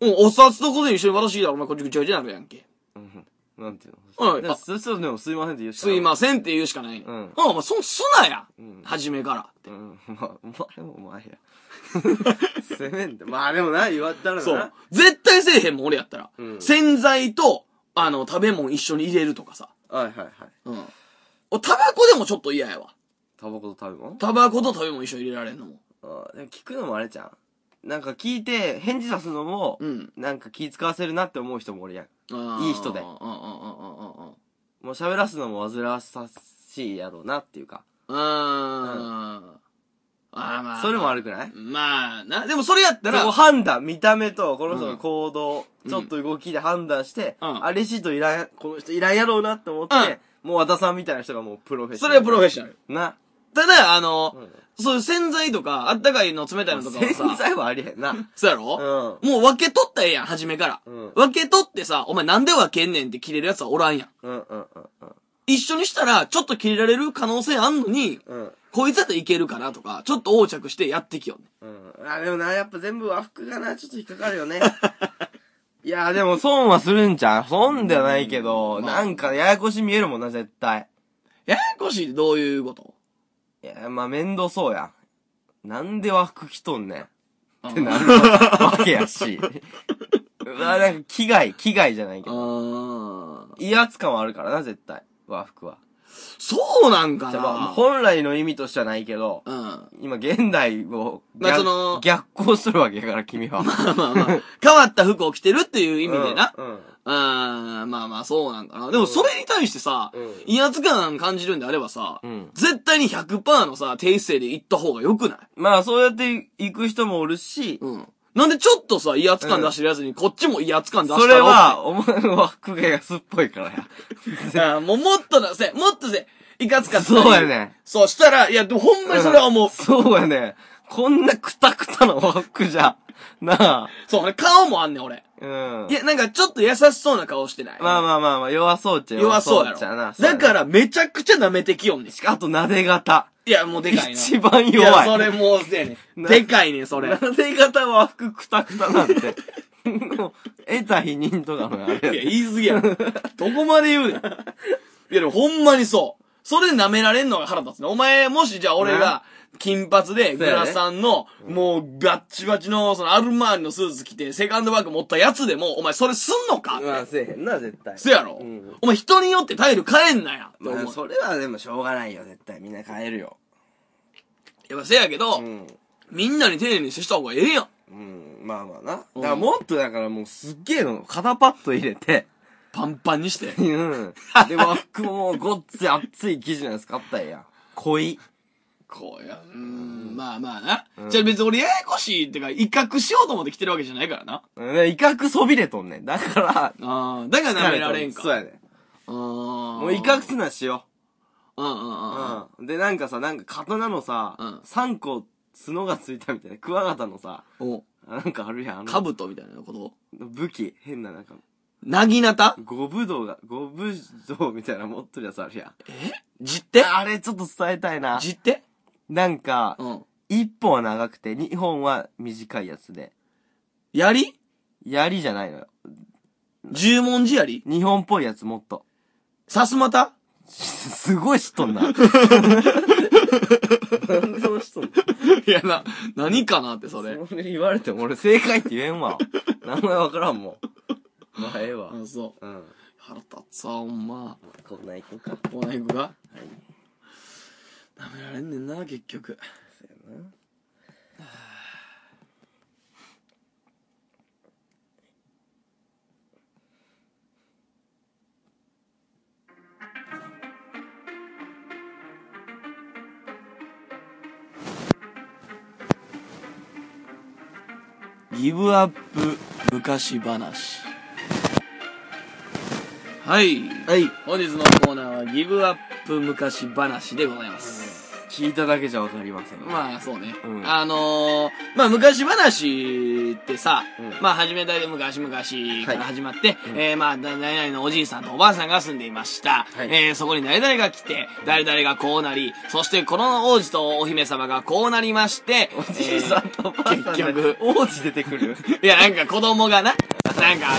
Speaker 1: うん、お札とこと一緒に私いたらお前こっちぐちゃぐちゃになるやんけ。
Speaker 2: うん。なんていうの
Speaker 1: はい
Speaker 2: だからそしたらでもすいませんって言うしか
Speaker 1: す
Speaker 2: ない
Speaker 1: ませんって言うしかないね。
Speaker 2: うん
Speaker 1: あお前そんすなや、
Speaker 2: うん
Speaker 1: 初めから。
Speaker 2: うん。まあ、お前もお前や。 せめんて。まあでもな、言わったらな。
Speaker 1: そう。絶対せえへんもん、俺やったら。
Speaker 2: うん
Speaker 1: 洗剤と、あの、食べ物一緒に入れるとかさ。
Speaker 2: はいはいはい。
Speaker 1: うん。おタバコでもちょっと嫌やわ。
Speaker 2: タバコと食べ物
Speaker 1: タバコと食べ物一緒に入れられんのも。
Speaker 2: あでも聞くのもあれじゃん。なんか聞いて、返事出すのも、
Speaker 1: うん。
Speaker 2: なんか気使わせるなって思う人もおるやん。
Speaker 1: あー
Speaker 2: いい人で
Speaker 1: うんうんうんうんうんうん。
Speaker 2: もう喋らすのも煩わさしいやろうなっていうか。
Speaker 1: うーん。あーまあ。
Speaker 2: それも悪くない
Speaker 1: まあな。でもそれやった
Speaker 2: そ
Speaker 1: ら
Speaker 2: こ、判断、見た目と、この人
Speaker 1: うん
Speaker 2: の行動、
Speaker 1: うん
Speaker 2: ちょっと動きで判断して、
Speaker 1: うん
Speaker 2: あ、レシートいらん、この人いらんやろうなって思って、もう和田さんみたいな人がもうプロフェッシ
Speaker 1: そ
Speaker 2: ョナ
Speaker 1: れ
Speaker 2: ル。
Speaker 1: はプロフェッショナル。
Speaker 2: な。
Speaker 1: ただ、あの、
Speaker 2: ん
Speaker 1: そういう洗剤とか、あったかいの冷たいのとかは
Speaker 2: 洗
Speaker 1: さ、
Speaker 2: 剤はありへんな。
Speaker 1: そうやろ、
Speaker 2: う
Speaker 1: もう分け取ったらええやん、初めから。
Speaker 2: うん
Speaker 1: 分け取ってさ、お前なんで分けんねんって切れるやつはおらんやん。
Speaker 2: ん。うんうんうんうん。
Speaker 1: 一緒にしたら、ちょっと切れられる可能性あんのに、
Speaker 2: うん。
Speaker 1: こいつだといけるかなとか、ちょっと横着してやってきよんね。
Speaker 2: うん。あ、でもな、やっぱ全部和服がな、ちょっと引っかかるよね。いや、でも損はするんじゃん。損ではないけど、
Speaker 1: うん
Speaker 2: なんかややこし見えるもんな、絶対。
Speaker 1: ややこしいってどういうこと
Speaker 2: いや、まあ面倒そうやん。なんで和服着とんねん。っ
Speaker 1: う
Speaker 2: て
Speaker 1: ん
Speaker 2: なるわけやし。うわ、なんか危害、危害じゃないけ
Speaker 1: う
Speaker 2: ど。
Speaker 1: ーん。
Speaker 2: 威圧感はあるからな、絶対。和服は。
Speaker 1: そうなんか
Speaker 2: じゃあまあ
Speaker 1: な
Speaker 2: 本来の意味としてはないけど、
Speaker 1: うん。 ま
Speaker 2: 今現代を
Speaker 1: まあ
Speaker 2: 逆
Speaker 1: その
Speaker 2: 逆行するわけやから、君は。
Speaker 1: あまあまあ、変わった服を着てるっていう意味でな。
Speaker 2: うん。うん
Speaker 1: うーん、まあまあそうなんかな。でもそれに対してさ、
Speaker 2: うん
Speaker 1: 威圧感感じるんであればさ、
Speaker 2: うん
Speaker 1: 絶対に100%のさ、低姿勢で行った方が良くない
Speaker 2: まあ、そうやって行く人もおるし、
Speaker 1: うん。なんでちょっとさ、威圧感出してるやつに、こっちも威圧感出した
Speaker 2: それは、お前の枠が安っぽいからや。
Speaker 1: さ あ、もうもっとだせ、もっとせ、いかつかったり
Speaker 2: そうやね。
Speaker 1: そうしたら、いや、でもほんまにそれは思う。
Speaker 2: そうやね。こんなくたくたな枠じゃ、なあ。
Speaker 1: そう、俺顔もあんねん、俺。
Speaker 2: うん。
Speaker 1: いや、なんかちょっと優しそうな顔してない。
Speaker 2: まあまあまあまあ、弱そうっちゃ
Speaker 1: 弱そうや
Speaker 2: っちゃな、
Speaker 1: ろ。。だからら、めちゃくちゃ舐めてきよんねん。
Speaker 2: あと、撫で型。
Speaker 1: いや、もうでかいな。
Speaker 2: 一番
Speaker 1: いや、
Speaker 2: 弱い。
Speaker 1: それもう、せやねん。
Speaker 2: な
Speaker 1: でかいねん、それ。
Speaker 2: 撫で型は服くたくたなんて。もう得た否認とかのあれや
Speaker 1: いや、
Speaker 2: で
Speaker 1: 言い過ぎやろ。どこまで言うねん。いや、でもほんまにそう。それ舐められんのが腹立つね。お前、もしじゃあ俺が
Speaker 2: な、
Speaker 1: 金髪で、
Speaker 2: そ
Speaker 1: グ
Speaker 2: うやね
Speaker 1: ラさんの、もう、ガッチバチの、その、アルマーニのスーツ着て、セカンドバッグ持ったやつでも、お前、それすんのか
Speaker 2: まあ、せえへんな、絶対。
Speaker 1: せやろ、
Speaker 2: うん
Speaker 1: お前、人によって態度変えんなや。って
Speaker 2: ま
Speaker 1: 思
Speaker 2: あ、
Speaker 1: う
Speaker 2: それはでもしょうがないよ、絶対。みんな変えるよ。
Speaker 1: やっぱせやけど、
Speaker 2: うん。
Speaker 1: みんなに丁寧に接した方がええやん。
Speaker 2: うん、まあまあな。だ
Speaker 1: うん
Speaker 2: からもっとだからもうすっげえの、肩パッド入れて、
Speaker 1: パンパンにして。
Speaker 2: うん。で、和服ももうごっつい熱い生地のやつ買ったんやん。濃い。
Speaker 1: こうや。うーん、まあまあな。
Speaker 2: ん
Speaker 1: じゃあ別に俺、ややこしいってか、威嚇しようと思って来てるわけじゃないからな。
Speaker 2: うん威嚇そびれとんねん。だから、
Speaker 1: ああ、だから舐められんか。
Speaker 2: そうやねん。
Speaker 1: も
Speaker 2: もう威嚇すなしよ
Speaker 1: うんうんうん
Speaker 2: う。
Speaker 1: うん。
Speaker 2: うん。で、なんかさ、なんか刀のさ、
Speaker 1: うん
Speaker 2: 3個角がついたみたいな、クワガタのさ、
Speaker 1: お
Speaker 2: なんかあるやん。あの
Speaker 1: かぶとみたいなこと
Speaker 2: 武器、変ななんか、
Speaker 1: なぎなた
Speaker 2: 五武道が、五武道みたいなの持っとるやつあるやん。
Speaker 1: じって
Speaker 2: あれちょっと伝えたいな。
Speaker 1: じって
Speaker 2: なんか、
Speaker 1: うん。
Speaker 2: 一本は長くて、二本は短いやつで。
Speaker 1: やり
Speaker 2: 槍じゃないのよ。
Speaker 1: 十文字やり
Speaker 2: 日本っぽいやつもっと。
Speaker 1: さすまた
Speaker 2: すごい知っとん な。何でも知っとんな。
Speaker 1: いやな、何かなってそ
Speaker 2: そ
Speaker 1: れ。
Speaker 2: れ言われても俺正解って言えん わ。名前わからんもん。まあええわ
Speaker 1: あ、。そう。
Speaker 2: うん。
Speaker 1: 腹立つわ、ほんま。
Speaker 2: こんな行こうか。
Speaker 1: この辺行くか舐められんねんな、結局。
Speaker 2: そうやな。
Speaker 1: ギブアップ昔話。はい。
Speaker 2: はい。
Speaker 1: 本日のコーナーはギブアップ昔話でございます。
Speaker 2: 聞いただけじゃわかりません。あ、
Speaker 1: まあ、そうね。
Speaker 2: うん
Speaker 1: あのー、まあ、昔話ってさ、
Speaker 2: うん
Speaker 1: まあ、始めた昔々から始まって、
Speaker 2: うん
Speaker 1: えー、まあ、だ何々のおじいさんとおばあさんが住んでいました。
Speaker 2: はい
Speaker 1: えー、そこに誰々が来て、誰々がこうなり、そしてこの王子とお姫様がこうなりまして、
Speaker 2: おじいさんとおばあさん
Speaker 1: えー
Speaker 2: が
Speaker 1: 結局、
Speaker 2: 王子出てくる。
Speaker 1: いや、なんか子供がな、なんか、まあ、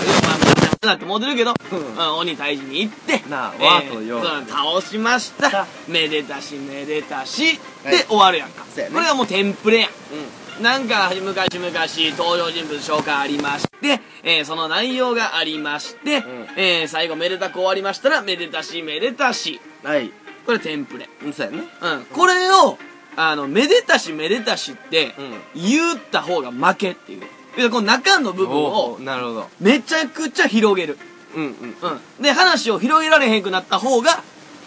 Speaker 1: なって戻るけど、
Speaker 2: うん
Speaker 1: うん鬼退治に行って、
Speaker 2: なあ
Speaker 1: えー
Speaker 2: わーとよう
Speaker 1: そう倒しまし
Speaker 2: さ
Speaker 1: た。めでたし、めでたし、
Speaker 2: はい
Speaker 1: で終わるやんか。
Speaker 2: そうやね
Speaker 1: これがもうテンプレやん。
Speaker 2: う
Speaker 1: なんか、昔々、登場人物紹介ありまして、えーその内容がありまして、
Speaker 2: ん
Speaker 1: えー最後めでたく終わりましたら、めでたし、めでたし。
Speaker 2: ん。 はい。
Speaker 1: これテンプレ。
Speaker 2: うん、そうやね。
Speaker 1: うん。これを、あの、めでたし、めでたしって、言った方が負けっていう。でこの中の部分
Speaker 2: お
Speaker 1: を
Speaker 2: ー、なるほど。
Speaker 1: めちゃくちゃ広げる。
Speaker 2: うんうん。
Speaker 1: うん。で、話を広げられへんくなった方が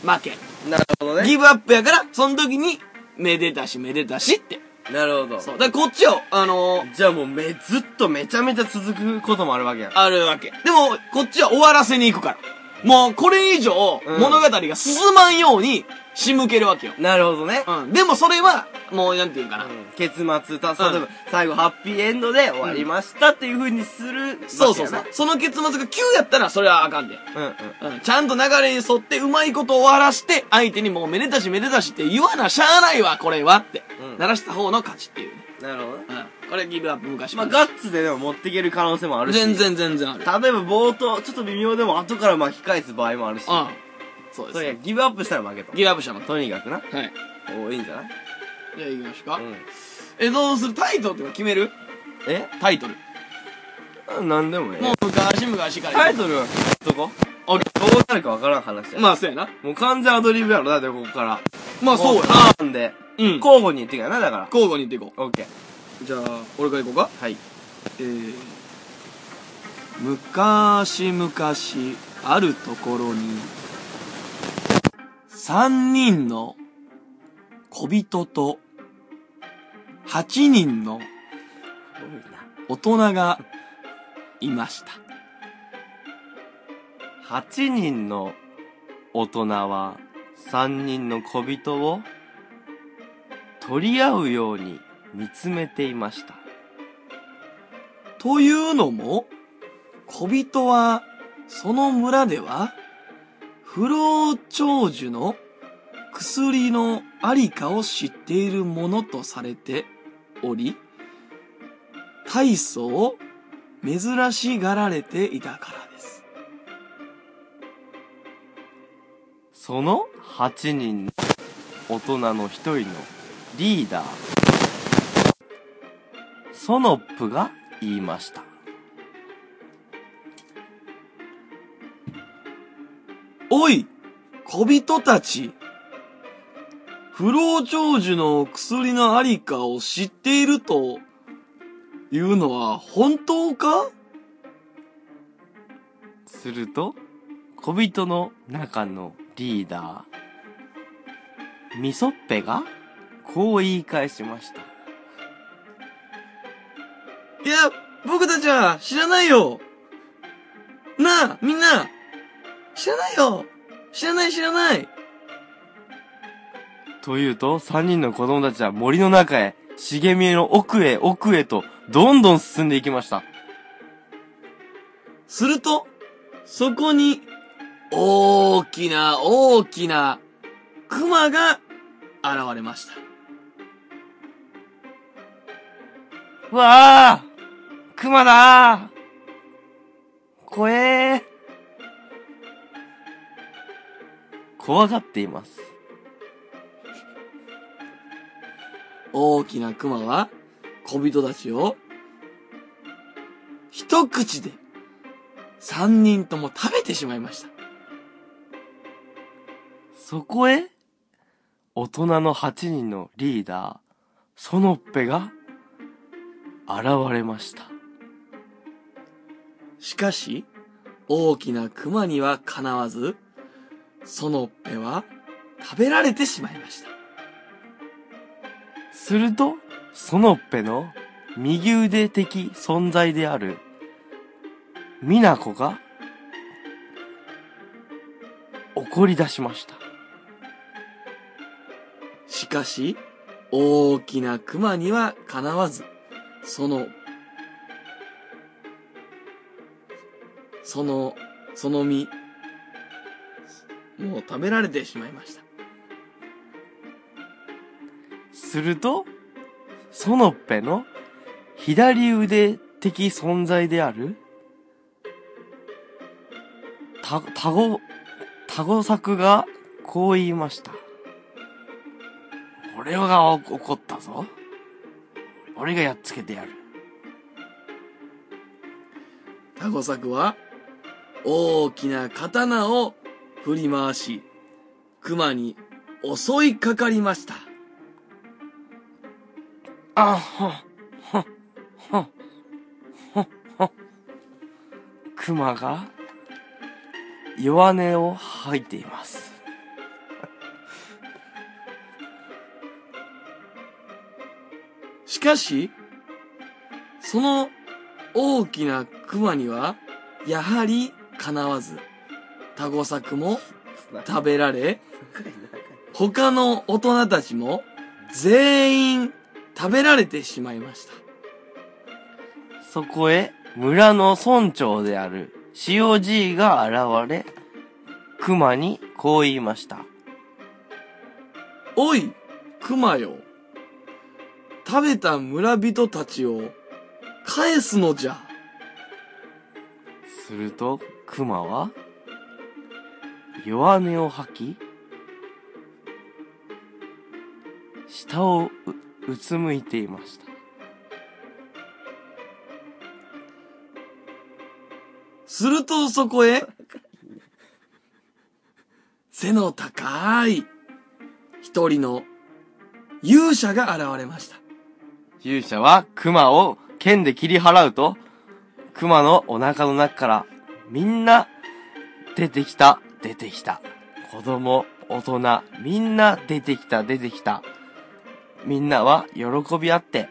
Speaker 1: 負け。
Speaker 2: なるほどね。
Speaker 1: ギブアップやから、その時に、めでたし、めでたしって。
Speaker 2: なるほど。
Speaker 1: そう。だからこっちを、あのー
Speaker 2: じゃあもうめ、ずっとめちゃめちゃ続くこともあるわけや。
Speaker 1: あるわけ。でも、こっちは終わらせに行くから。もう、これ以上、
Speaker 2: うん
Speaker 1: 物語が進まんように、仕向けるわけよ。
Speaker 2: なるほどね。
Speaker 1: うん。でもそれは、もう、なんていうんかな。
Speaker 2: うん結末た、
Speaker 1: うん
Speaker 2: 例えば、最後ハッピーエンドで終わりましたっていう風にするわけやな。
Speaker 1: そうそうそう。その結末が急やったら、それはあかんで。
Speaker 2: うんうん。
Speaker 1: うん、ちゃんと流れに沿ってうまいこと終わらして、相手にもうめでたしめでたしって言わなしゃあないわ、これはって。
Speaker 2: うん
Speaker 1: 鳴らした方の勝ちっていうね。
Speaker 2: なるほどね。
Speaker 1: うん。これギブアップ昔
Speaker 2: まあ、
Speaker 1: 々
Speaker 2: ガッツででも持っていける可能性もあるし。
Speaker 1: 全。然全然ある。
Speaker 2: 例えば冒頭、ちょっと微妙でも後から巻き返す場合もあるし。
Speaker 1: うん。そうで
Speaker 2: と
Speaker 1: す
Speaker 2: にか
Speaker 1: ね。
Speaker 2: くギブアップしたら負けと。
Speaker 1: ギブアップしたの。
Speaker 2: とにかくな。
Speaker 1: はい。
Speaker 2: おいいんじゃない
Speaker 1: じゃあ行きましょうか。
Speaker 2: うん。
Speaker 1: え、どうするタイトルとか決める
Speaker 2: え
Speaker 1: タイトル。
Speaker 2: なんでもええ
Speaker 1: もう。昔昔から。
Speaker 2: タイトルはどこ
Speaker 1: あ
Speaker 2: どうなるかわからん話や。
Speaker 1: まあそうやな。
Speaker 2: もう完全アドリブやろ、だってここから。
Speaker 1: まあそう
Speaker 2: も
Speaker 1: や
Speaker 2: うタ
Speaker 1: な。
Speaker 2: ーンで、
Speaker 1: うん。
Speaker 2: 交互に言ってかな、だから。
Speaker 1: 交互に言っていこ
Speaker 2: オッケー。
Speaker 1: う。じゃあ、俺から行こうか。
Speaker 2: はい。
Speaker 1: えー、昔昔あるところに、三人の小人と、八人の大人がいました。
Speaker 2: 8人の大人は3人の小人を取り合うように見つめていました。
Speaker 1: というのも、小人は、その村では、不老長寿の薬のありかを知っているものとされており、大層を珍しがられていたからです。
Speaker 2: その8人の大人の一人のリーダー、ソノップが言いました。
Speaker 1: おい、小人たち。不老長寿の薬のありかを知っていると、いうのは本当か
Speaker 2: すると、小人の中のリーダー、ミソッペがこう言い返しました。
Speaker 1: いや、僕たちは知らないよ。なあ、みんな、知らないよ。知らない知らない。
Speaker 2: というと、三人の子供たちは森の中へ、茂みの奥へ奥へと、どんどん進んでいきました。
Speaker 1: すると、そこに、大きな大きな熊が現れました。
Speaker 2: わあ熊だー怖えー怖がっています。
Speaker 1: 大きな熊は、小人たちを、一口で、三人とも食べてしまいました。
Speaker 2: そこへ、大人の8人のリーダー、ソノッペが、現れました。
Speaker 1: しかし、大きな熊にはかなわず、そのペは食べられてしまいました。
Speaker 2: すると、ソノッペの右腕的存在である、ミナコが、怒り出しました。
Speaker 1: しかし、大きな熊にはかなわず、その、その、その身、もう食べられてしまいました。
Speaker 2: すると、そのっぺの左腕的存在である、た、たご、たご作がこう言いました。俺がお怒ったぞ。俺がやっつけてやる。
Speaker 1: タコ作は、大きな刀を振り回し、熊に襲いかかりました。
Speaker 2: あ、ほ、ほ、ほ、ほ、ほ。熊が、弱音を吐いています。
Speaker 1: しかし、その大きな熊には、やはり叶わず、タコ作も食べられ、他の大人たちも全員食べられてしまいました。
Speaker 2: そこへ、村の村長である、塩爺が現れ、熊にこう言いました。
Speaker 1: おい、熊よ。食べた村人たちを返すのじゃ。
Speaker 2: すると、熊は、弱音を吐き、下をう、うつむいていました。
Speaker 1: するとそこへ、背の高い一人の勇者が現れました。
Speaker 2: 勇者は熊を剣で切り払うと、熊のお腹の中からみんな出てきた、出てきた。子供、大人、みんな出てきた、出てきた。みんなは喜び合って、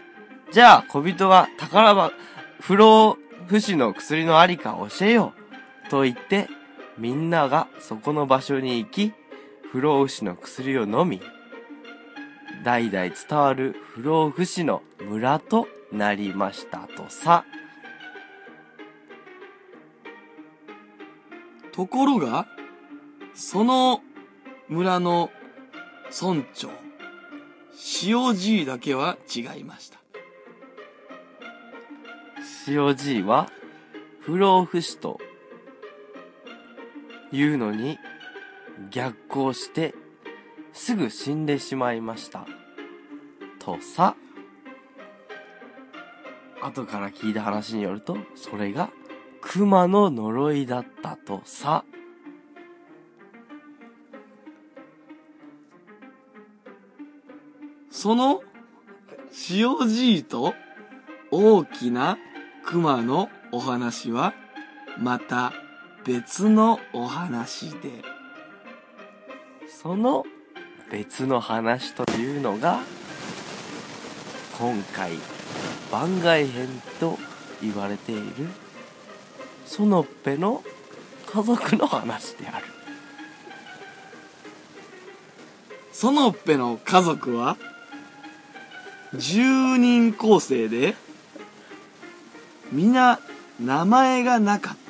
Speaker 2: じゃあ小人は宝箱、不老不死の薬のありか教えよう。と言って、みんながそこの場所に行き、不老不死の薬を飲み、代々伝わる不老不死の村となりましたとさ。
Speaker 1: ところが、その村の村長、塩爺だけは違いました。
Speaker 2: 塩爺は不老不死というのに逆行してすぐ死んでしまいました。とさ。後から聞いた話によると、それが熊の呪いだったとさ。
Speaker 1: その塩じいと大きな熊のお話はまた別のお話で。
Speaker 2: その別の話というのが今回番外編と言われているそのっぺの家族の話である
Speaker 1: そのっぺの家族は10人構成で皆名前がなかった。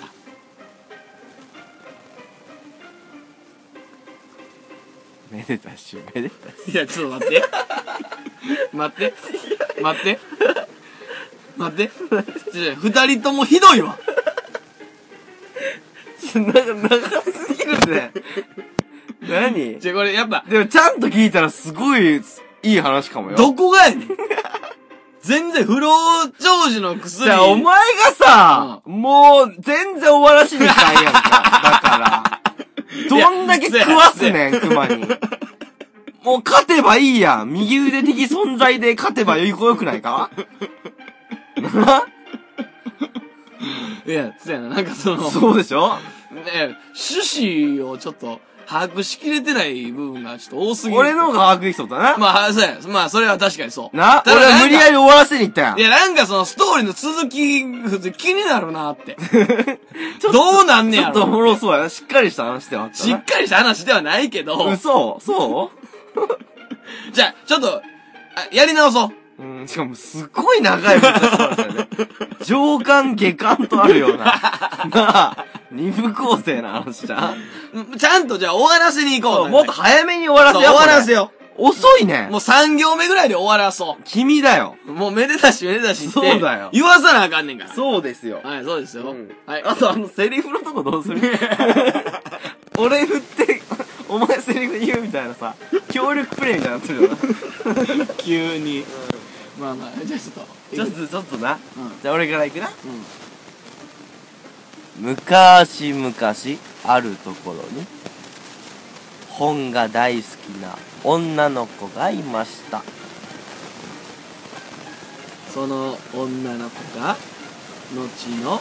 Speaker 2: めでたしめでたし
Speaker 1: いや、ちょっと待って。待って。待って。待って。ちょ二人ともひどいわ。
Speaker 2: なんか長すぎるね 何
Speaker 1: じゃ、これやっぱ、
Speaker 2: でもちゃんと聞いたらすごいいい話かもよ
Speaker 1: どこがやねん。全然不老長寿の薬。
Speaker 2: じゃあお前がさ、もう全然終わらしにしたんやんか。 だから。どんだけ食わすねん、熊に。もう勝てばいいやん。右腕的存在で勝てばよくよくないか
Speaker 1: いや、そうやな、なんかその、
Speaker 2: そうでしょ
Speaker 1: ね、趣旨をちょっと、把握しきれてない部分がちょっと多すぎる。
Speaker 2: 俺の方が把握できそうだ な。
Speaker 1: まあ、そうや。まあ、それは確かにそう。
Speaker 2: な、
Speaker 1: ただ
Speaker 2: 俺は無理や
Speaker 1: り。
Speaker 2: り終わらせに行ったやん
Speaker 1: い。や、なんかそのストーリーの続き、普通気になるな って。どうなんね
Speaker 2: ち
Speaker 1: や
Speaker 2: ょっ
Speaker 1: ろ。
Speaker 2: とおもろそうやな。しっかりした話ではあった
Speaker 1: しっ
Speaker 2: な。
Speaker 1: かりした話ではないけど、
Speaker 2: 嘘そう
Speaker 1: じゃあ、ちょっと、あやり直そう。
Speaker 2: うん、しかもすごい長いことそうだよ ね。上巻下巻とあるような。 なあ、二部構成な話じゃん。
Speaker 1: うんちゃんとじゃあ終わらせに行こう。
Speaker 2: もっと早めに終わら
Speaker 1: そう
Speaker 2: せ
Speaker 1: 終
Speaker 2: よ
Speaker 1: わ
Speaker 2: う。
Speaker 1: らせ
Speaker 2: よ。
Speaker 1: よ
Speaker 2: 遅いね
Speaker 1: う。。もう3行目ぐらいで終わらそ
Speaker 2: 君だよ。
Speaker 1: う。もうめでたしめでたしって。
Speaker 2: そうだよ
Speaker 1: 言わさなあかんねんから。
Speaker 2: そうですよ。
Speaker 1: はい、そうですよ。
Speaker 2: うん
Speaker 1: はい。
Speaker 2: あとあのセリフのとこどうす る俺振って、お前セリフ言うみたいなさ、協力プレイみたいになってるよな。
Speaker 1: 急に。まあまあ、じゃあちょっと。
Speaker 2: ちょっと、ちょっとな。
Speaker 1: うん
Speaker 2: じゃあ俺から行くな。
Speaker 1: うん。
Speaker 2: 昔々あるところに本が大好きな女の子がいました
Speaker 1: その女の子が、後の、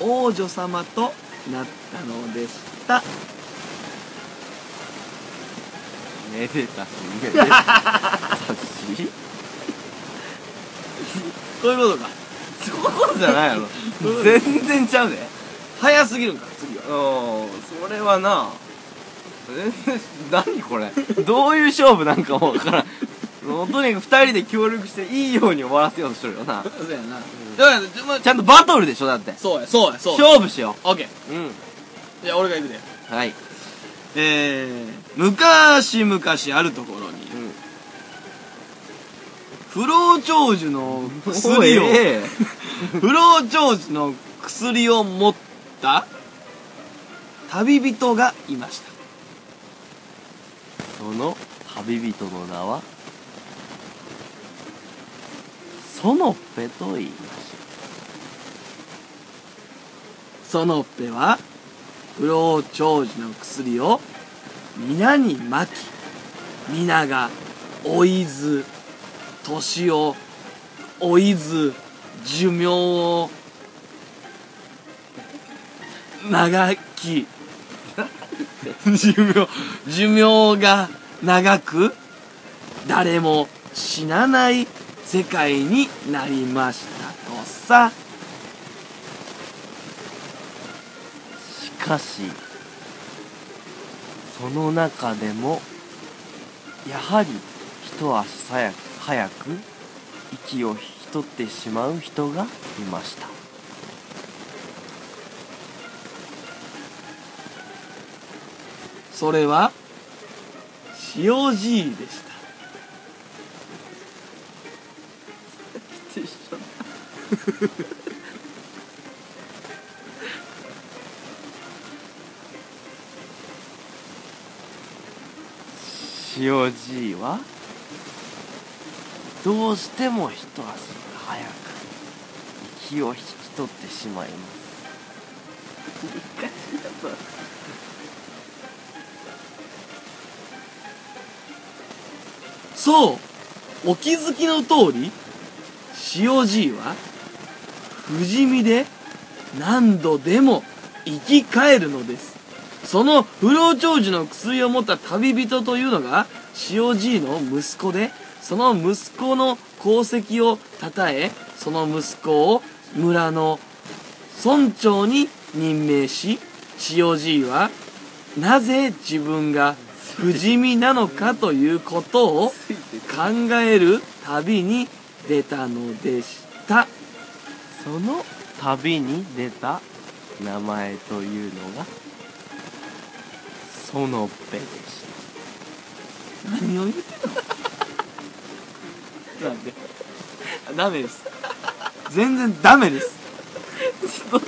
Speaker 1: 王女様となったのでした。
Speaker 2: めでたしめでた し
Speaker 1: こういうことか。
Speaker 2: そういうことじゃないやろ
Speaker 1: そういうこと
Speaker 2: 全然ちゃうで
Speaker 1: 早すぎるんか、次は。
Speaker 2: うんそれはな全然何これどういう勝負なんかもわからんもうとにかく二人で協力していいように終わらせようとしてるよな
Speaker 1: そうやな。だから、ちょまあ
Speaker 2: ちゃんとバトルでしょだって
Speaker 1: そうや、そうや、そうや。
Speaker 2: 勝負しよ
Speaker 1: オッケー。
Speaker 2: ううん
Speaker 1: じゃあ俺が行くで。
Speaker 2: はい
Speaker 1: えー、昔々あるところに、
Speaker 2: ん
Speaker 1: 不老長寿の薬を、
Speaker 2: おいええ
Speaker 1: 不老長寿の薬を持った旅人がいました。
Speaker 2: その旅人の名はソノペと言いまし
Speaker 1: そのっぺは、不老長寿の薬を皆に巻き、皆が老いず、年を老いず、寿命を長き、寿命、寿命が長く、誰も死なない世界になりましたとさ。
Speaker 2: たしかしその中でもやはり一足早く早く息を引き取ってしまう人がいました
Speaker 1: それは、塩じいでし
Speaker 2: 塩じいはどうしても一足早く息を引き取ってしまいます
Speaker 1: た。そう、お気づきの通り、塩じいは、不死身で何度でも生き返るのです。その不老長寿の薬を持った旅人というのが、塩じいの息子で、その息子の功績を称え、その息子を村の村長に任命し、塩じいは、なぜ自分が不死身なのかということを考える旅に出たのでした。
Speaker 2: その旅に出た名前というのがソノペでし
Speaker 1: 何を言ってたなんでダメです。全然ダメです。
Speaker 2: たどっち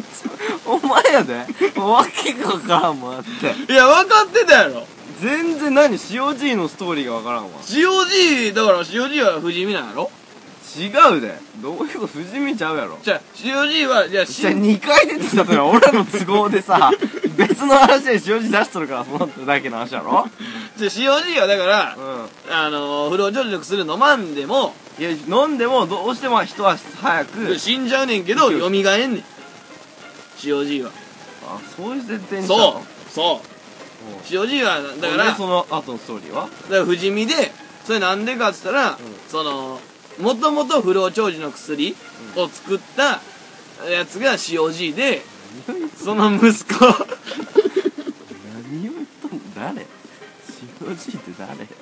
Speaker 2: もお前やでもう訳がわからんもんあって
Speaker 1: いや、分かってたやろ。
Speaker 2: 全然何塩じいのストーリーがわからんわ
Speaker 1: COG、だから COG は不死身なんやろ
Speaker 2: 違うでどういうこと不死身ちゃうやろ
Speaker 1: じゃあ、COG は、じゃあ、
Speaker 2: じゃあ2回出てきたとは俺らの都合でさ別の話で塩じい出しとるからそうなっただけの話やろ
Speaker 1: じゃあ COG はだから、
Speaker 2: うん
Speaker 1: あのー、不老長寿の薬飲まんでも、
Speaker 2: いや飲んでもどうしても一足早く
Speaker 1: 死んじゃうねんけど、蘇
Speaker 2: うん
Speaker 1: んねん。COG は。
Speaker 2: あそういう設定にしたの
Speaker 1: そうそう
Speaker 2: うん
Speaker 1: COG はだから
Speaker 2: でその後のストーリーは
Speaker 1: だから不死身でそれなんでかっつったら、そのもともと不老長寿の薬を作ったやつが COG で その息子
Speaker 2: 何を言ったの誰塩じいって 誰
Speaker 1: 今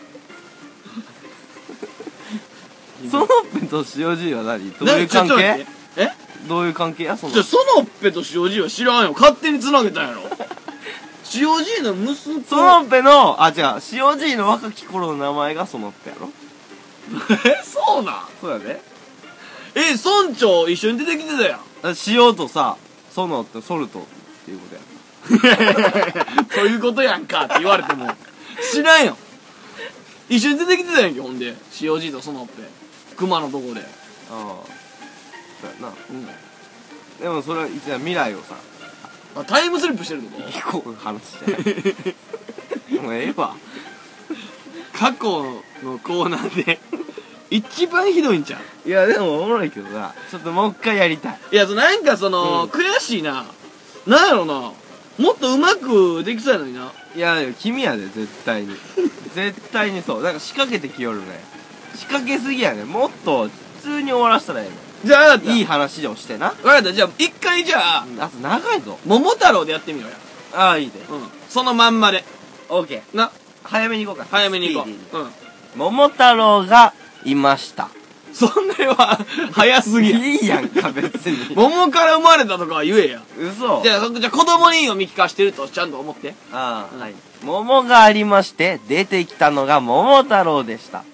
Speaker 2: そのっぺと塩じいは何どうい
Speaker 1: ね
Speaker 2: う
Speaker 1: ちょ
Speaker 2: 関
Speaker 1: ちょっと待
Speaker 2: 係
Speaker 1: ってえ
Speaker 2: どういう関係やその
Speaker 1: じゃあそのっぺと塩じいは知らんよ勝手に繋げたん やろ塩じいの息子
Speaker 2: そのっぺの、あ、違う、塩じいの若き頃の名前がそのっぺやろ
Speaker 1: えそうなん
Speaker 2: そうやで。
Speaker 1: え村長一緒に出てきてたやん
Speaker 2: 塩とさ、そのってソルトっていうことや。
Speaker 1: そういうことやんかって言われても知らんよ一緒に出てきてたやんけほんで塩じいとそのっぺ熊のとこで
Speaker 2: ああ。そうやな。
Speaker 1: うん
Speaker 2: でもそれは一応未来をさ、
Speaker 1: あタイムスリップしてるってこ
Speaker 2: 行こう話して。 もうええわ。
Speaker 1: と過去のコーナーで 一番ひどいんちゃう
Speaker 2: いや、でもおもろいけどな。ちょっともう一回やりたい。
Speaker 1: いや、そのなんかその、
Speaker 2: うん
Speaker 1: 悔しいな。なんやろな。もっとうまくできそうやのにな。
Speaker 2: いや、でも君やで、絶対に。 絶対にそう。なんか仕掛けてきよるね。仕掛けすぎやね。もっと、普通に終わらせたらえ
Speaker 1: じゃあ、
Speaker 2: えの。い
Speaker 1: い
Speaker 2: い
Speaker 1: い。
Speaker 2: 話をしてな。
Speaker 1: わかった。じゃあ、一回じゃあ、
Speaker 2: あと長いぞ。
Speaker 1: 桃太郎でやってみようや。
Speaker 2: ああ、いいで。
Speaker 1: うん。そのまんまで。
Speaker 2: オッケー。
Speaker 1: な。
Speaker 2: 早めに行こうか。
Speaker 1: 早めに行こ
Speaker 2: スピーディー
Speaker 1: う。うん。
Speaker 2: に桃太郎がいました。
Speaker 1: それは、早すぎや。
Speaker 2: いいやんか、別に。
Speaker 1: 桃から生まれたとかは言えや。
Speaker 2: 嘘。
Speaker 1: じゃあ、そじゃあ子供に読み聞かしてるとちゃんと思って。
Speaker 2: ああ、
Speaker 1: うん
Speaker 2: はい。桃がありまして、出てきたのが桃太郎でした。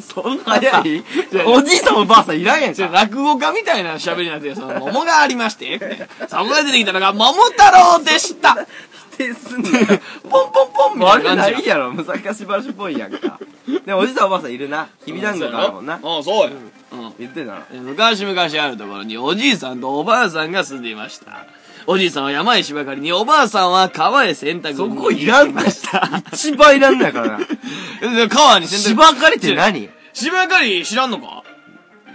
Speaker 1: そんな
Speaker 2: 早
Speaker 1: さ
Speaker 2: い
Speaker 1: じゃあ
Speaker 2: おじいさんもばあさんいらんやん
Speaker 1: じゃあ
Speaker 2: か。
Speaker 1: 落語家みたいな喋りになってるよその桃がありまして、そこが出てきたのが桃太郎でした
Speaker 2: 否定すんなよ。
Speaker 1: ポンポンポンみたい
Speaker 2: 悪
Speaker 1: な感じ
Speaker 2: ないやろ、むさかしばしっぽいやんか。でもおじさんおばあさんいるな。きびだんごからもんな。
Speaker 1: うん、そうや。うん。
Speaker 2: 言ってたな。
Speaker 1: え昔々あるところにおじいさんとおばあさんが住んでいました。おじいさんは山へ芝刈りに、おばあさんは川へ洗濯に。
Speaker 2: そこいらん
Speaker 1: ました。
Speaker 2: 一番いらんないからな。
Speaker 1: で川に洗濯。
Speaker 2: 芝刈りって何
Speaker 1: 芝刈り知らんのか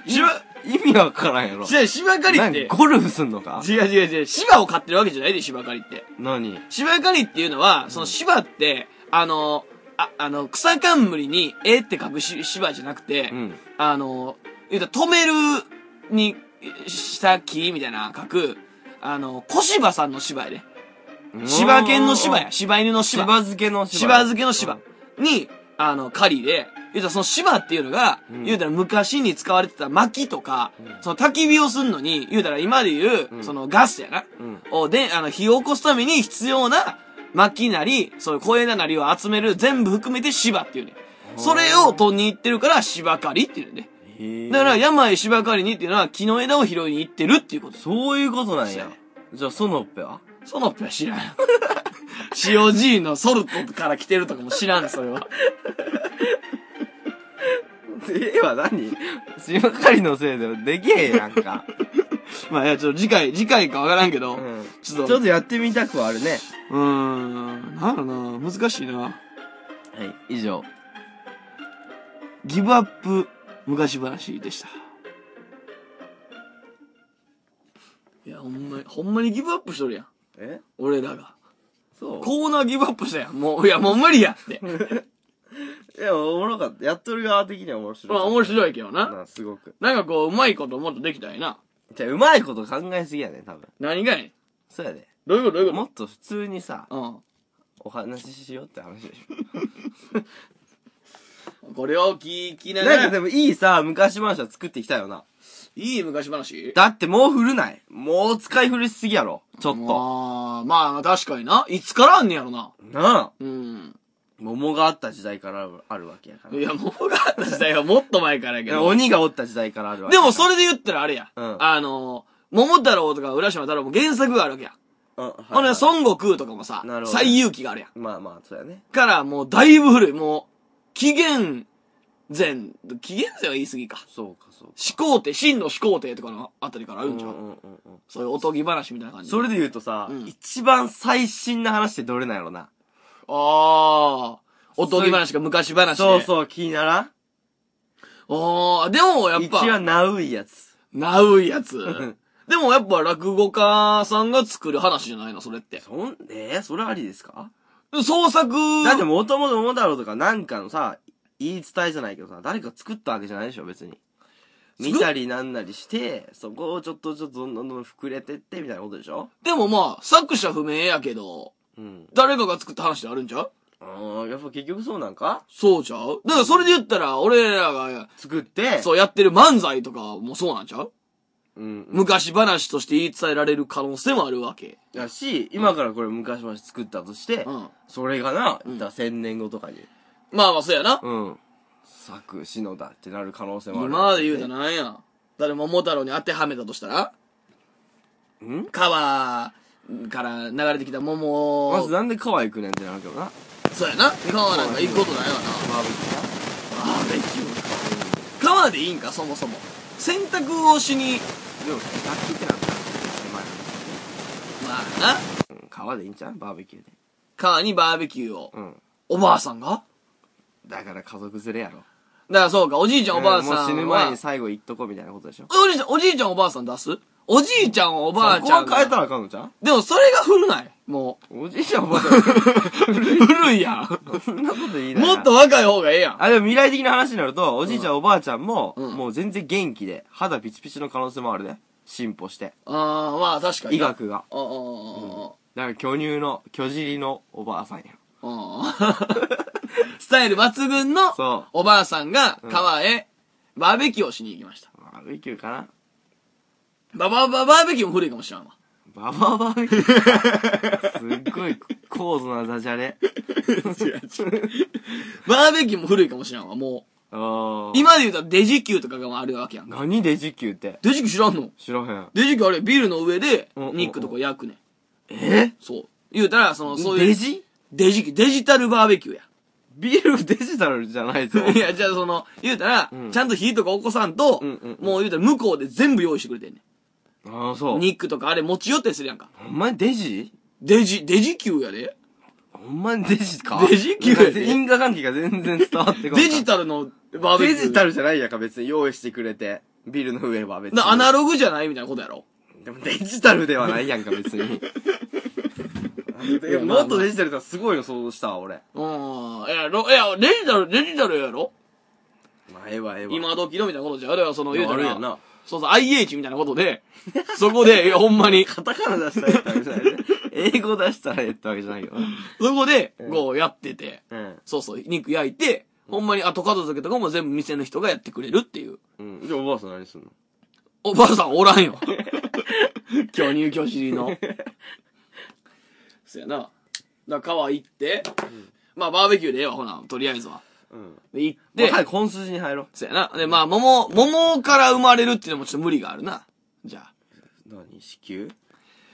Speaker 1: 芝、
Speaker 2: 意味わからんやろ。
Speaker 1: じゃあ芝刈りっ
Speaker 2: 何
Speaker 1: て。
Speaker 2: ゴルフすんのか
Speaker 1: 違う違う違う。芝を刈ってるわけじゃないで、芝刈りって。
Speaker 2: 何
Speaker 1: 芝刈りっていうのは、その芝って、あの、あ、あの、草冠に、えって書くし芝じゃなくて、
Speaker 2: うん。
Speaker 1: あの、言うたら止めるにした木みたいな書く、あの、小芝さんの芝やで。芝犬の芝や。芝犬の芝。芝
Speaker 2: 芝漬けの芝。
Speaker 1: 漬けの芝
Speaker 2: うん。
Speaker 1: に、あの、狩りで、言うたらその芝っていうのが、
Speaker 2: うん
Speaker 1: 言うたら昔に使われてた薪とか、
Speaker 2: うん
Speaker 1: その焚き火をすんのに、言うたら今で言う、
Speaker 2: うん
Speaker 1: そのガスやな。
Speaker 2: うん。
Speaker 1: を、で、あの、火を起こすために必要な薪なり、そういう小枝なりを集める、全部含めて芝っていうね。それを取りに行ってるから芝刈りっていうね。
Speaker 2: へー
Speaker 1: だから、山へ芝刈りにっていうのは木の枝を拾いに行ってるっていうこと。
Speaker 2: そういうことなんや。じゃあ、そのっぺは
Speaker 1: そのっぺは知らん。塩じいのソルトから来てるとかも知らん、それ は。
Speaker 2: ええは何芝刈りのせいでできへんや んか。
Speaker 1: まあ、いや、ちょっと次回、次回かわからんけど、
Speaker 2: うん。
Speaker 1: ち
Speaker 2: ち
Speaker 1: ょ
Speaker 2: ょ
Speaker 1: っ
Speaker 2: っ
Speaker 1: と、
Speaker 2: とやってみたくはあるね。
Speaker 1: うーん、なんだろうな、難しいな。
Speaker 2: はい、以上。
Speaker 1: ギブアップ昔話でした。いや、ほんまに、ほんまにギブアップしとるやん。
Speaker 2: え
Speaker 1: 俺らが。
Speaker 2: そ
Speaker 1: コーナーギブアップしたやん。もう、いや、もう無理やって。
Speaker 2: ういや、おもろかった。やっとる側的には面白
Speaker 1: まあ、
Speaker 2: い。
Speaker 1: 面白いけどな。
Speaker 2: な、すごく。
Speaker 1: なんかこう、うまいこともっとできたらいいな。
Speaker 2: じゃあ、うまいこと考えすぎやね、多分。
Speaker 1: 何がやねん。
Speaker 2: そうやで。
Speaker 1: どういうことどういう
Speaker 2: も
Speaker 1: こ
Speaker 2: っと普通にさ、
Speaker 1: と
Speaker 2: お話ししようって話でしょ。
Speaker 1: うん。これを聞きなが、
Speaker 2: なんからでもいいさ、昔話は作っていきたいよな。
Speaker 1: いい昔話
Speaker 2: だってもう古ない。もう使い古しすぎやろ。ちょっと。
Speaker 1: まあ、まあ、確かにな。いつからあんねやろな。
Speaker 2: なあ。
Speaker 1: うん。
Speaker 2: 桃があった時代からあるわけやか ら。
Speaker 1: いや、桃があった時代はもっと前からや
Speaker 2: い
Speaker 1: け
Speaker 2: や
Speaker 1: ど。
Speaker 2: 鬼がおった時代からあるわけ
Speaker 1: で
Speaker 2: やか
Speaker 1: も
Speaker 2: ら。
Speaker 1: それで言ったらあれや。
Speaker 2: うん
Speaker 1: あの、桃太郎とか浦島太郎も原作があるわけや。
Speaker 2: うん、はいはい
Speaker 1: ほんで、孫悟空とかもさ
Speaker 2: なる、ほど
Speaker 1: 最遊記があるやん。
Speaker 2: まあまあ、そうやね。
Speaker 1: からもうだいぶ古い。もう、紀元前、紀元前は言い過ぎか。
Speaker 2: そうか、そうか。
Speaker 1: 始皇帝、真の始皇帝とかのあたりからあるんちゃう、
Speaker 2: うんうんうんうん
Speaker 1: そういうおとぎ話みたいな感じ。
Speaker 2: それで言うとさ、
Speaker 1: うん
Speaker 2: 一番最新な話ってどれなんやろな。
Speaker 1: ああ、おとぎ話か昔話で。
Speaker 2: そう
Speaker 1: う。
Speaker 2: そう、気にならん
Speaker 1: ああ、でもやっ
Speaker 2: 一
Speaker 1: ぱ、
Speaker 2: 番ナウいやつ。
Speaker 1: なういやつ。
Speaker 2: ん
Speaker 1: でもやっぱ落語家さんが作る話じゃないの、それって。
Speaker 2: そん、えー、それありですか
Speaker 1: 創作。
Speaker 2: だってもともと桃太郎とかなんかのさ、言い伝えじゃないけどさ、誰か作ったわけじゃないでしょ、別に。見たりなんなりして、そこをちょっとちょっとどんどんどん膨れてってみたいなことでしょ
Speaker 1: でもまあ、作者不明やけど、
Speaker 2: うん。
Speaker 1: 誰かが作った話であるんちゃう
Speaker 2: うん、やっぱ結局そうなんか
Speaker 1: そうちゃうだからそれで言ったら、俺らが、
Speaker 2: 作って、
Speaker 1: そうやってる漫才とかもそうなんちゃう
Speaker 2: うん。うん。
Speaker 1: 昔話として言い伝えられる可能性もあるわけ。
Speaker 2: やし、今からこれ昔々作ったとして、
Speaker 1: うん。
Speaker 2: それがな、
Speaker 1: うん
Speaker 2: だ千年後とかに、
Speaker 1: まあまあ、そうやな。
Speaker 2: うん。作、篠田ってなる可能性もある。
Speaker 1: 今まで言うた。なんや。誰も桃太郎に当てはめたとしたら
Speaker 2: ん
Speaker 1: 川から流れてきた桃
Speaker 2: まず
Speaker 1: を。
Speaker 2: なんで川行くねんってなるけどな。
Speaker 1: そうやな。川なんか行くことないわな。
Speaker 2: バーベ
Speaker 1: バーベキューか。川でいいんか、そもそも。洗濯をしに、
Speaker 2: キュー。でも、楽器ってなったら、手前なんだ
Speaker 1: まあな。
Speaker 2: けどうん川でいいんちゃうバーベキューで。
Speaker 1: 川にバーベキューを。
Speaker 2: うん。
Speaker 1: おばあさんが
Speaker 2: だから家族連れやろ。
Speaker 1: だからそうか、おじいちゃんおばあさんは。
Speaker 2: もう死ぬ前に最後行っとこうみたいなことでしょ。
Speaker 1: おじいちゃん、おじいちゃんおばあさん出すおじいちゃんおばあちゃんが。
Speaker 2: そこは変えたらあかんのちゃん
Speaker 1: でもそれが古ない。も
Speaker 2: おじいちゃんおばあちゃ
Speaker 1: う。
Speaker 2: ん。
Speaker 1: 古いやん。
Speaker 2: そんなこと言いな が
Speaker 1: も
Speaker 2: ら
Speaker 1: っと若い方がええやん。
Speaker 2: あ、でも未来的な話になると、おじいちゃん、おばあちゃんも、
Speaker 1: うん
Speaker 2: もう全然元気で、肌ピチピチの可能性もあるね。進歩して。
Speaker 1: ああ、まあ確かに。
Speaker 2: 医。学が。
Speaker 1: ああ、あ
Speaker 2: だから巨乳の、巨尻のおばあさんや。
Speaker 1: あ、ああ。 スタイル抜群の
Speaker 2: そ
Speaker 1: おばあさんが川へバーベキューをしに行きました。
Speaker 2: う。バーベキューかな
Speaker 1: ババババーベキューも古いかもしれん わ。
Speaker 2: ババアバーベキュー。すっごい高度なダジャレ。
Speaker 1: バーベキューも古いかもしれんわ、も
Speaker 2: あー
Speaker 1: う。今で言うとデジキューとかがあるわけやんか。
Speaker 2: 何デジキューって。
Speaker 1: デジキュー知らんの
Speaker 2: 知らへん。
Speaker 1: デジキューあれビルの上で
Speaker 2: うんうんうん
Speaker 1: ニックとか焼くねん。
Speaker 2: え
Speaker 1: そう。言うたら、その、そういう。
Speaker 2: デジ
Speaker 1: デジ、デジタルバーベキューや。
Speaker 2: ビールデジタルじゃない ぞ。
Speaker 1: いや、じゃあその、言うたら、
Speaker 2: うん
Speaker 1: ちゃんと火とか起こさんと、
Speaker 2: うんうんうん
Speaker 1: もう言うたら向こうで全部用意してくれてんね
Speaker 2: ああ、そ
Speaker 1: ん。
Speaker 2: う。
Speaker 1: ニックとかあれ持ち寄ったりするやんか。
Speaker 2: ほんまにデジ
Speaker 1: デジ、デジ級やで。
Speaker 2: ほんまにデジか
Speaker 1: デジキューやで
Speaker 2: 因果関係が全然伝わってこない。
Speaker 1: デジタルのバーベキュ
Speaker 2: デ
Speaker 1: ー。
Speaker 2: ジタルじゃないやんか、別に用意してくれて。ビルの上は別に。
Speaker 1: なアナログじゃないみたいなことや ろ。
Speaker 2: でもデジタルでは ないやんか、別に。でももっとデジタルだったらすごいの想像したわ、俺。
Speaker 1: うん。いや、ろいや、デジタル、デジタルやろ
Speaker 2: まあ、ええわ、ええわ。
Speaker 1: 今時のみたいなことじゃん。だからその、言うた
Speaker 2: あるや
Speaker 1: ら
Speaker 2: ん、な。
Speaker 1: そうそう、IH みたいなことで、そこで、いやほんまに、
Speaker 2: カタカナ出したらええってわけじゃないね。英語出したらええってわけじゃないよ。
Speaker 1: そこで
Speaker 2: う、ん
Speaker 1: こうやってて、
Speaker 2: うん。
Speaker 1: そうそう、肉焼いて、ほんまに後片付けとかも全部店の人がやってくれるっていう。
Speaker 2: うん。じゃあおばあさん何すんの
Speaker 1: おばあさんおら んよ。巨乳巨尻の。そやな。だから川行って、まあバーベキューでええわ、ほな、とりあえずは。
Speaker 2: うん。
Speaker 1: で、行っ
Speaker 2: で、
Speaker 1: て、
Speaker 2: はい、本筋に入ろう。
Speaker 1: そやな。で、まあ桃、桃から生まれるっていうのもちょっと無理があるな。じゃあ。
Speaker 2: 何子宮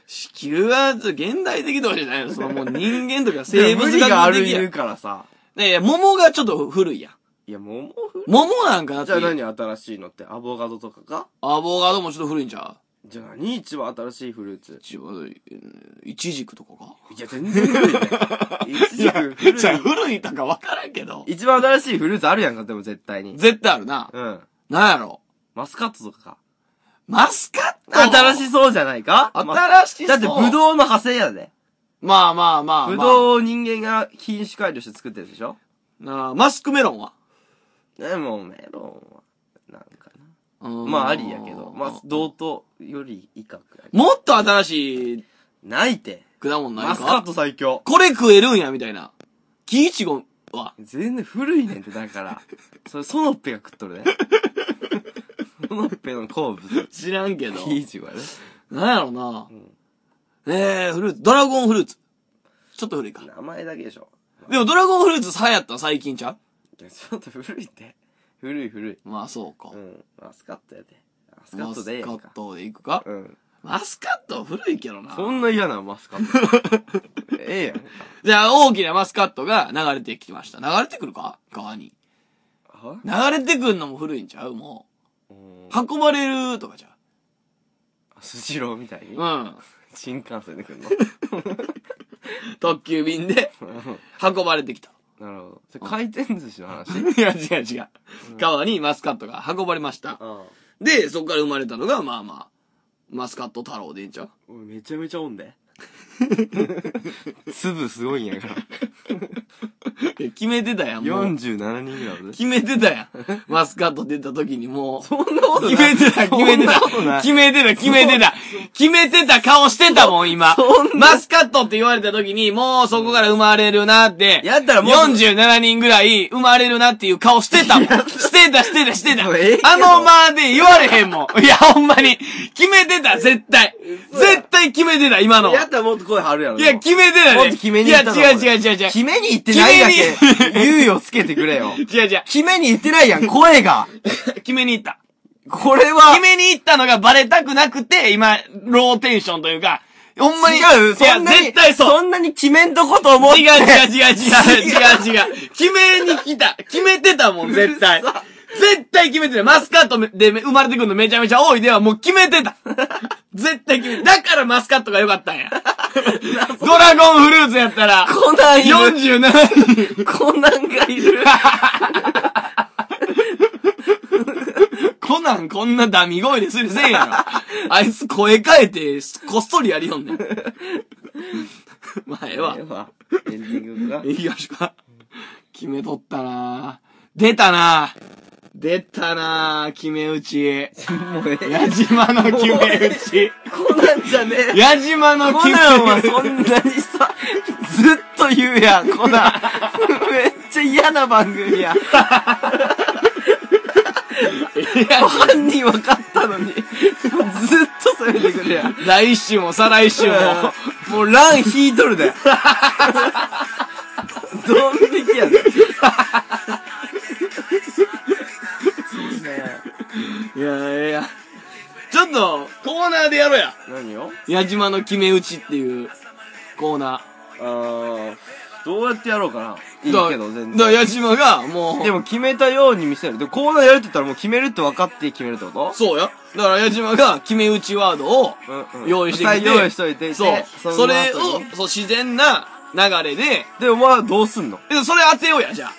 Speaker 1: 地球は、現代的とかじゃないよ。そのもう人間とか生 物
Speaker 2: 無理があ
Speaker 1: 学
Speaker 2: る
Speaker 1: 的や。
Speaker 2: 言
Speaker 1: ね
Speaker 2: うからさ。
Speaker 1: え、桃がちょっと古いやん。
Speaker 2: いや、桃風
Speaker 1: 桃なんかだっ
Speaker 2: じゃあ
Speaker 1: て、
Speaker 2: 何新しいのって、アボカドとかか
Speaker 1: アボカドもちょっと古いんちゃう
Speaker 2: じゃあ何一番新しいフルーツ
Speaker 1: 一番、うんイチジクとかか
Speaker 2: いや、全然古いね。 一番古 い
Speaker 1: じゃあ古いとか分からんけど。
Speaker 2: 一番新しいフルーツあるやんか、でも絶対に。
Speaker 1: 絶対あるな。
Speaker 2: うん。
Speaker 1: なんやろ。
Speaker 2: マスカットとかか。
Speaker 1: マスカット
Speaker 2: 新しそうじゃないか
Speaker 1: 新しそう
Speaker 2: だって、ブドウの派生やで。
Speaker 1: まあまあまあまあ。
Speaker 2: ブドウを人間が品種改良して作ってるでしょ
Speaker 1: なあマスクメロンは
Speaker 2: でも、メロンは、なんかな。まあ、ありやけど。まあ、同等より以下くらい。
Speaker 1: もっと新しい
Speaker 2: ないって。
Speaker 1: 果物ない
Speaker 2: マスカッ
Speaker 1: か
Speaker 2: ト最強。
Speaker 1: これ食えるんや、みたいな。キイチゴは。
Speaker 2: 全然古いねんって、だ から。それ、ソノッペが食っとるね。ソノッペの好 物。
Speaker 1: 知らんけど。
Speaker 2: キイチゴやね。
Speaker 1: なんやろな。
Speaker 2: ん
Speaker 1: ええフルーツ。ドラゴンフルーツ。ちょっと古いか。
Speaker 2: 名前だけでしょ。
Speaker 1: でもドラゴンフルーツ流行ったの最近ちゃ
Speaker 2: いやちょっと古いって。古い古い。
Speaker 1: うまあそうか。
Speaker 2: うん。マスカットやで。マスカットでええや
Speaker 1: マ
Speaker 2: ん
Speaker 1: スカ
Speaker 2: か
Speaker 1: ッ。トでいくか
Speaker 2: うん。
Speaker 1: マスカットは古いけどな。
Speaker 2: そんな嫌なマスカッ ト。ええやんか。
Speaker 1: じゃあ、大きなマスカットが流れてきました。流れてくるか川に。
Speaker 2: は
Speaker 1: 流れてくんのも古いんちゃうも
Speaker 2: うん
Speaker 1: う。。運ばれるとかじゃ
Speaker 2: スシローみたいに
Speaker 1: う。うん。
Speaker 2: 新幹線で来る の。
Speaker 1: 特急便で運ばれてきた。
Speaker 2: なるほど。それ回転寿司の 話
Speaker 1: いや、違う違う。川にマスカットが運ばれました。
Speaker 2: うん。
Speaker 1: で、そこから生まれたのが、まあまあ、マスカット太郎でいいんちゃう
Speaker 2: 俺めちゃめちゃおんで。粒すごいん やから。
Speaker 1: いや決めてたやん、もう。
Speaker 2: 47人ぐらい俺。
Speaker 1: 決めてたやん。マスカット出た時にもう。
Speaker 2: そんなことない。
Speaker 1: 決めてた、決
Speaker 2: そんな
Speaker 1: めてた
Speaker 2: ことな。い
Speaker 1: 決めてた、決めてた。決めてた顔してたもん、今
Speaker 2: そん。
Speaker 1: マスカットって言われた時に、もうそこから生まれるなって。
Speaker 2: やったらもう
Speaker 1: 47人ぐらい生まれるなっていう顔してたもん。してた、してた、してた。
Speaker 2: もうええけど
Speaker 1: あの間で言われへんもん。いや、ほんまに。決めてた、絶対。
Speaker 2: 嘘や
Speaker 1: 絶対決めてた、今のは。
Speaker 2: やったらもっと声張るやろ。
Speaker 1: いや、決めてたね。
Speaker 2: もっと決めに行った
Speaker 1: いや、違う違う違う違う。
Speaker 2: 決めに行ってないだ
Speaker 1: 決め
Speaker 2: け。猶予つけてくれよ。
Speaker 1: 違う違う。
Speaker 2: 決めに行ってないやん、声が。
Speaker 1: 決めに行った。
Speaker 2: これ
Speaker 1: 決
Speaker 2: は、
Speaker 1: めに行ったのがバレたくなくて、今、ローテンションというか、ほんまに。
Speaker 2: 違う、
Speaker 1: いや
Speaker 2: そんなに、
Speaker 1: 絶対そう。
Speaker 2: そんなに決めんとこと思って。
Speaker 1: 違う違う違う違う違う違う。決めに来た。決めてたもん、絶対
Speaker 2: うるさ。
Speaker 1: 絶対決めてた。マスカットで生まれてくるのめちゃめちゃ多いではもう決めてた。絶対決めだからマスカットが良かったんや。ドラゴンフルーツやったら、
Speaker 2: コナンいる。
Speaker 1: 47人。
Speaker 2: コナンがいる。
Speaker 1: コナンこんなダミ声ですりせえやろ。あいつ声変えて、こっそりやりよんねん。まあ、ええわ
Speaker 2: ええ。わエンディングか。
Speaker 1: いいよしか。決めとったな出たな出たな決め打ち。
Speaker 2: もうええ。
Speaker 1: 矢島の決め打ち。
Speaker 2: コナンじゃねえ。
Speaker 1: 矢島の
Speaker 2: コ
Speaker 1: 決め
Speaker 2: ナンは
Speaker 1: 打ち。
Speaker 2: そんなにさ、ずっと言うやん、コナン。めっちゃ嫌な番組や。
Speaker 1: いや
Speaker 2: 犯人分かったのに、ずっと攻めてくるやん。
Speaker 1: 来週も再来週も。
Speaker 2: もうラン引いとるで。ドン引きやで。そうね。
Speaker 1: いやいや。ちょっと、コーナーでやろうや。
Speaker 2: 何よ
Speaker 1: 矢島の決め打ちっていうコーナ
Speaker 2: あー、どうやってやろうかな。
Speaker 1: ー。
Speaker 2: い
Speaker 1: だ
Speaker 2: いけど、全
Speaker 1: だから
Speaker 2: 然。
Speaker 1: 矢島が、もう。
Speaker 2: でも決めたように見せる。でもコーナーやるって言ったらもう決めるって分かって決めるってこと
Speaker 1: そうや。だから矢島が決め打ちワードを
Speaker 2: うんうん
Speaker 1: 用意してきて。
Speaker 2: 用意しといて
Speaker 1: そう
Speaker 2: で。その
Speaker 1: それを
Speaker 2: 後に、
Speaker 1: そう、自然な流れで、
Speaker 2: で、お前はどうすんの
Speaker 1: でそれ当てようや、じゃ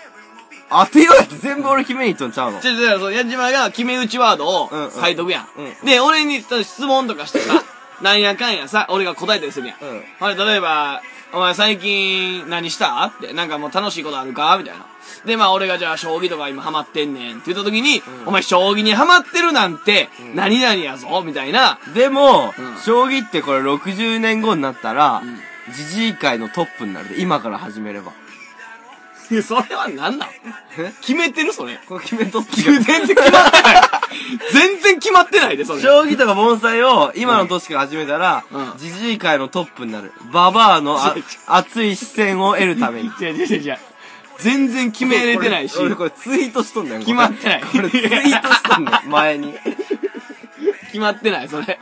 Speaker 1: あ。
Speaker 2: 当てようやって全部俺決めに行っとんちゃうの
Speaker 1: じゃあ、じゃあ、その矢島が決め打ちワードを
Speaker 2: うんうん
Speaker 1: 書いとくやん。
Speaker 2: うんうん
Speaker 1: で、俺にその質問とかしてさ、 なんやかんやさ、俺が答えたりするやん。
Speaker 2: うん。
Speaker 1: はい、例えば、お前最近何したって、なんかもう楽しいことあるかみたいな。で、まあ俺がじゃあ将棋とか今ハマってんねんって言った時に、
Speaker 2: うん
Speaker 1: お前将棋にハマってるなんて、
Speaker 2: ん
Speaker 1: 何々やぞみたい な。
Speaker 2: でも、
Speaker 1: うん
Speaker 2: 将棋ってこれ60年後になったら
Speaker 1: ん、
Speaker 2: じじい界のトップになるで、今から始めれば。
Speaker 1: いやそれは何なん
Speaker 2: え
Speaker 1: 決めてるそれ。
Speaker 2: これ決めとって
Speaker 1: 全然 決まってない。全然決まってないで、それ。
Speaker 2: 将棋とか盆栽を今の年から始めたら
Speaker 1: う、ん
Speaker 2: じじい界のトップになる。ババア のあ熱い視線を得るために。
Speaker 1: 違う違う違う違う。全然決めれてないし
Speaker 2: こ、れ俺これツイートしとんねん。これ
Speaker 1: 決まってない
Speaker 2: これツイートしと んねん、前に。い
Speaker 1: 決まって ない、それ。だか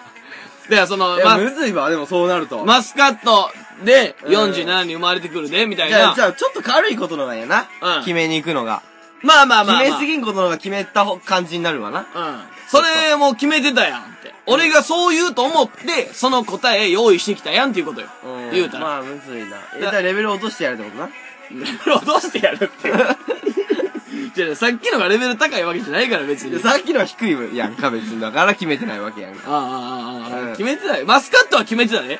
Speaker 1: らその、
Speaker 2: や、
Speaker 1: ま
Speaker 2: むずいわ、でもそうなると。
Speaker 1: マスカットで
Speaker 2: うん
Speaker 1: 47に生まれてくるで、みたい
Speaker 2: じゃあ、
Speaker 1: な
Speaker 2: じ。ゃあ、ちょっと軽いことのなんやな。
Speaker 1: うん
Speaker 2: 決めに行くのが。
Speaker 1: まあまあまあまあ。
Speaker 2: 決めすぎんことのが決めたほ感じになるわな。
Speaker 1: うん。それもう決めてたやんって。俺がそう言うと思って、その答え用意してきたやんっていうことよ。言うたら。
Speaker 2: まあ、むずいな。え、じゃあレベル落としてやるってことな。
Speaker 1: どうしてやる って。じゃあさっきのがレベル高いわけじゃないから別
Speaker 2: いや
Speaker 1: に。あ
Speaker 2: さっきのは低いやんか、別に。だから決めてないわけやんか。
Speaker 1: あああああ、
Speaker 2: うん
Speaker 1: 決めてたよ。マスカットは決めてたね。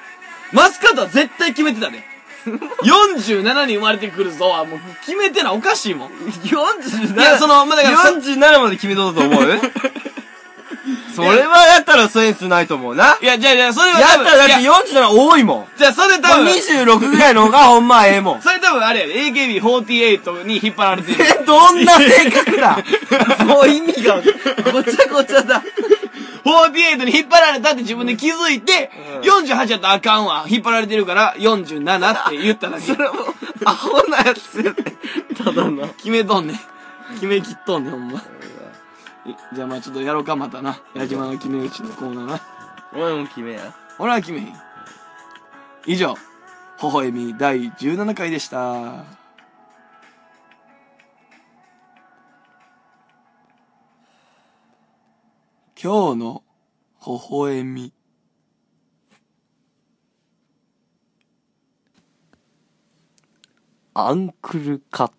Speaker 1: マスカットは絶対決めてたね。47に生まれてくるぞはもう決めてないおかしいもん。
Speaker 2: 47?
Speaker 1: いや、その、まあ、だからそ、
Speaker 2: 47まで決めとった と思うそれはやったらセンスないと思うな。やっ
Speaker 1: いや、じゃあじゃあそれは
Speaker 2: た
Speaker 1: 多分、
Speaker 2: らだ
Speaker 1: い
Speaker 2: って
Speaker 1: や
Speaker 2: 47多いもん。も
Speaker 1: じゃあそれ
Speaker 2: う
Speaker 1: 多分、
Speaker 2: 26ぐらいの方がほんまはええもん。
Speaker 1: それ多分あれやで AKB48 に引っ張られてる。
Speaker 2: え、 どんな性格だもう意味が、ごちゃごちゃだ。
Speaker 1: 48に引っ張られたって自分で気づいて、
Speaker 2: うん
Speaker 1: 48やったらあかんわ。引っ張られてるから、47って言っただけ。
Speaker 2: それも、アホなやつやね。ただの。
Speaker 1: 決めとんねん。決めきっとんねん、ほん ま。じゃあまあちょっとやろうか、またな。矢島の決め打ちのコーナーな。
Speaker 2: お前も決めや。
Speaker 1: 俺は決めへん。以上、微笑み第17回でした。今日の微笑み。
Speaker 2: アンクルカッ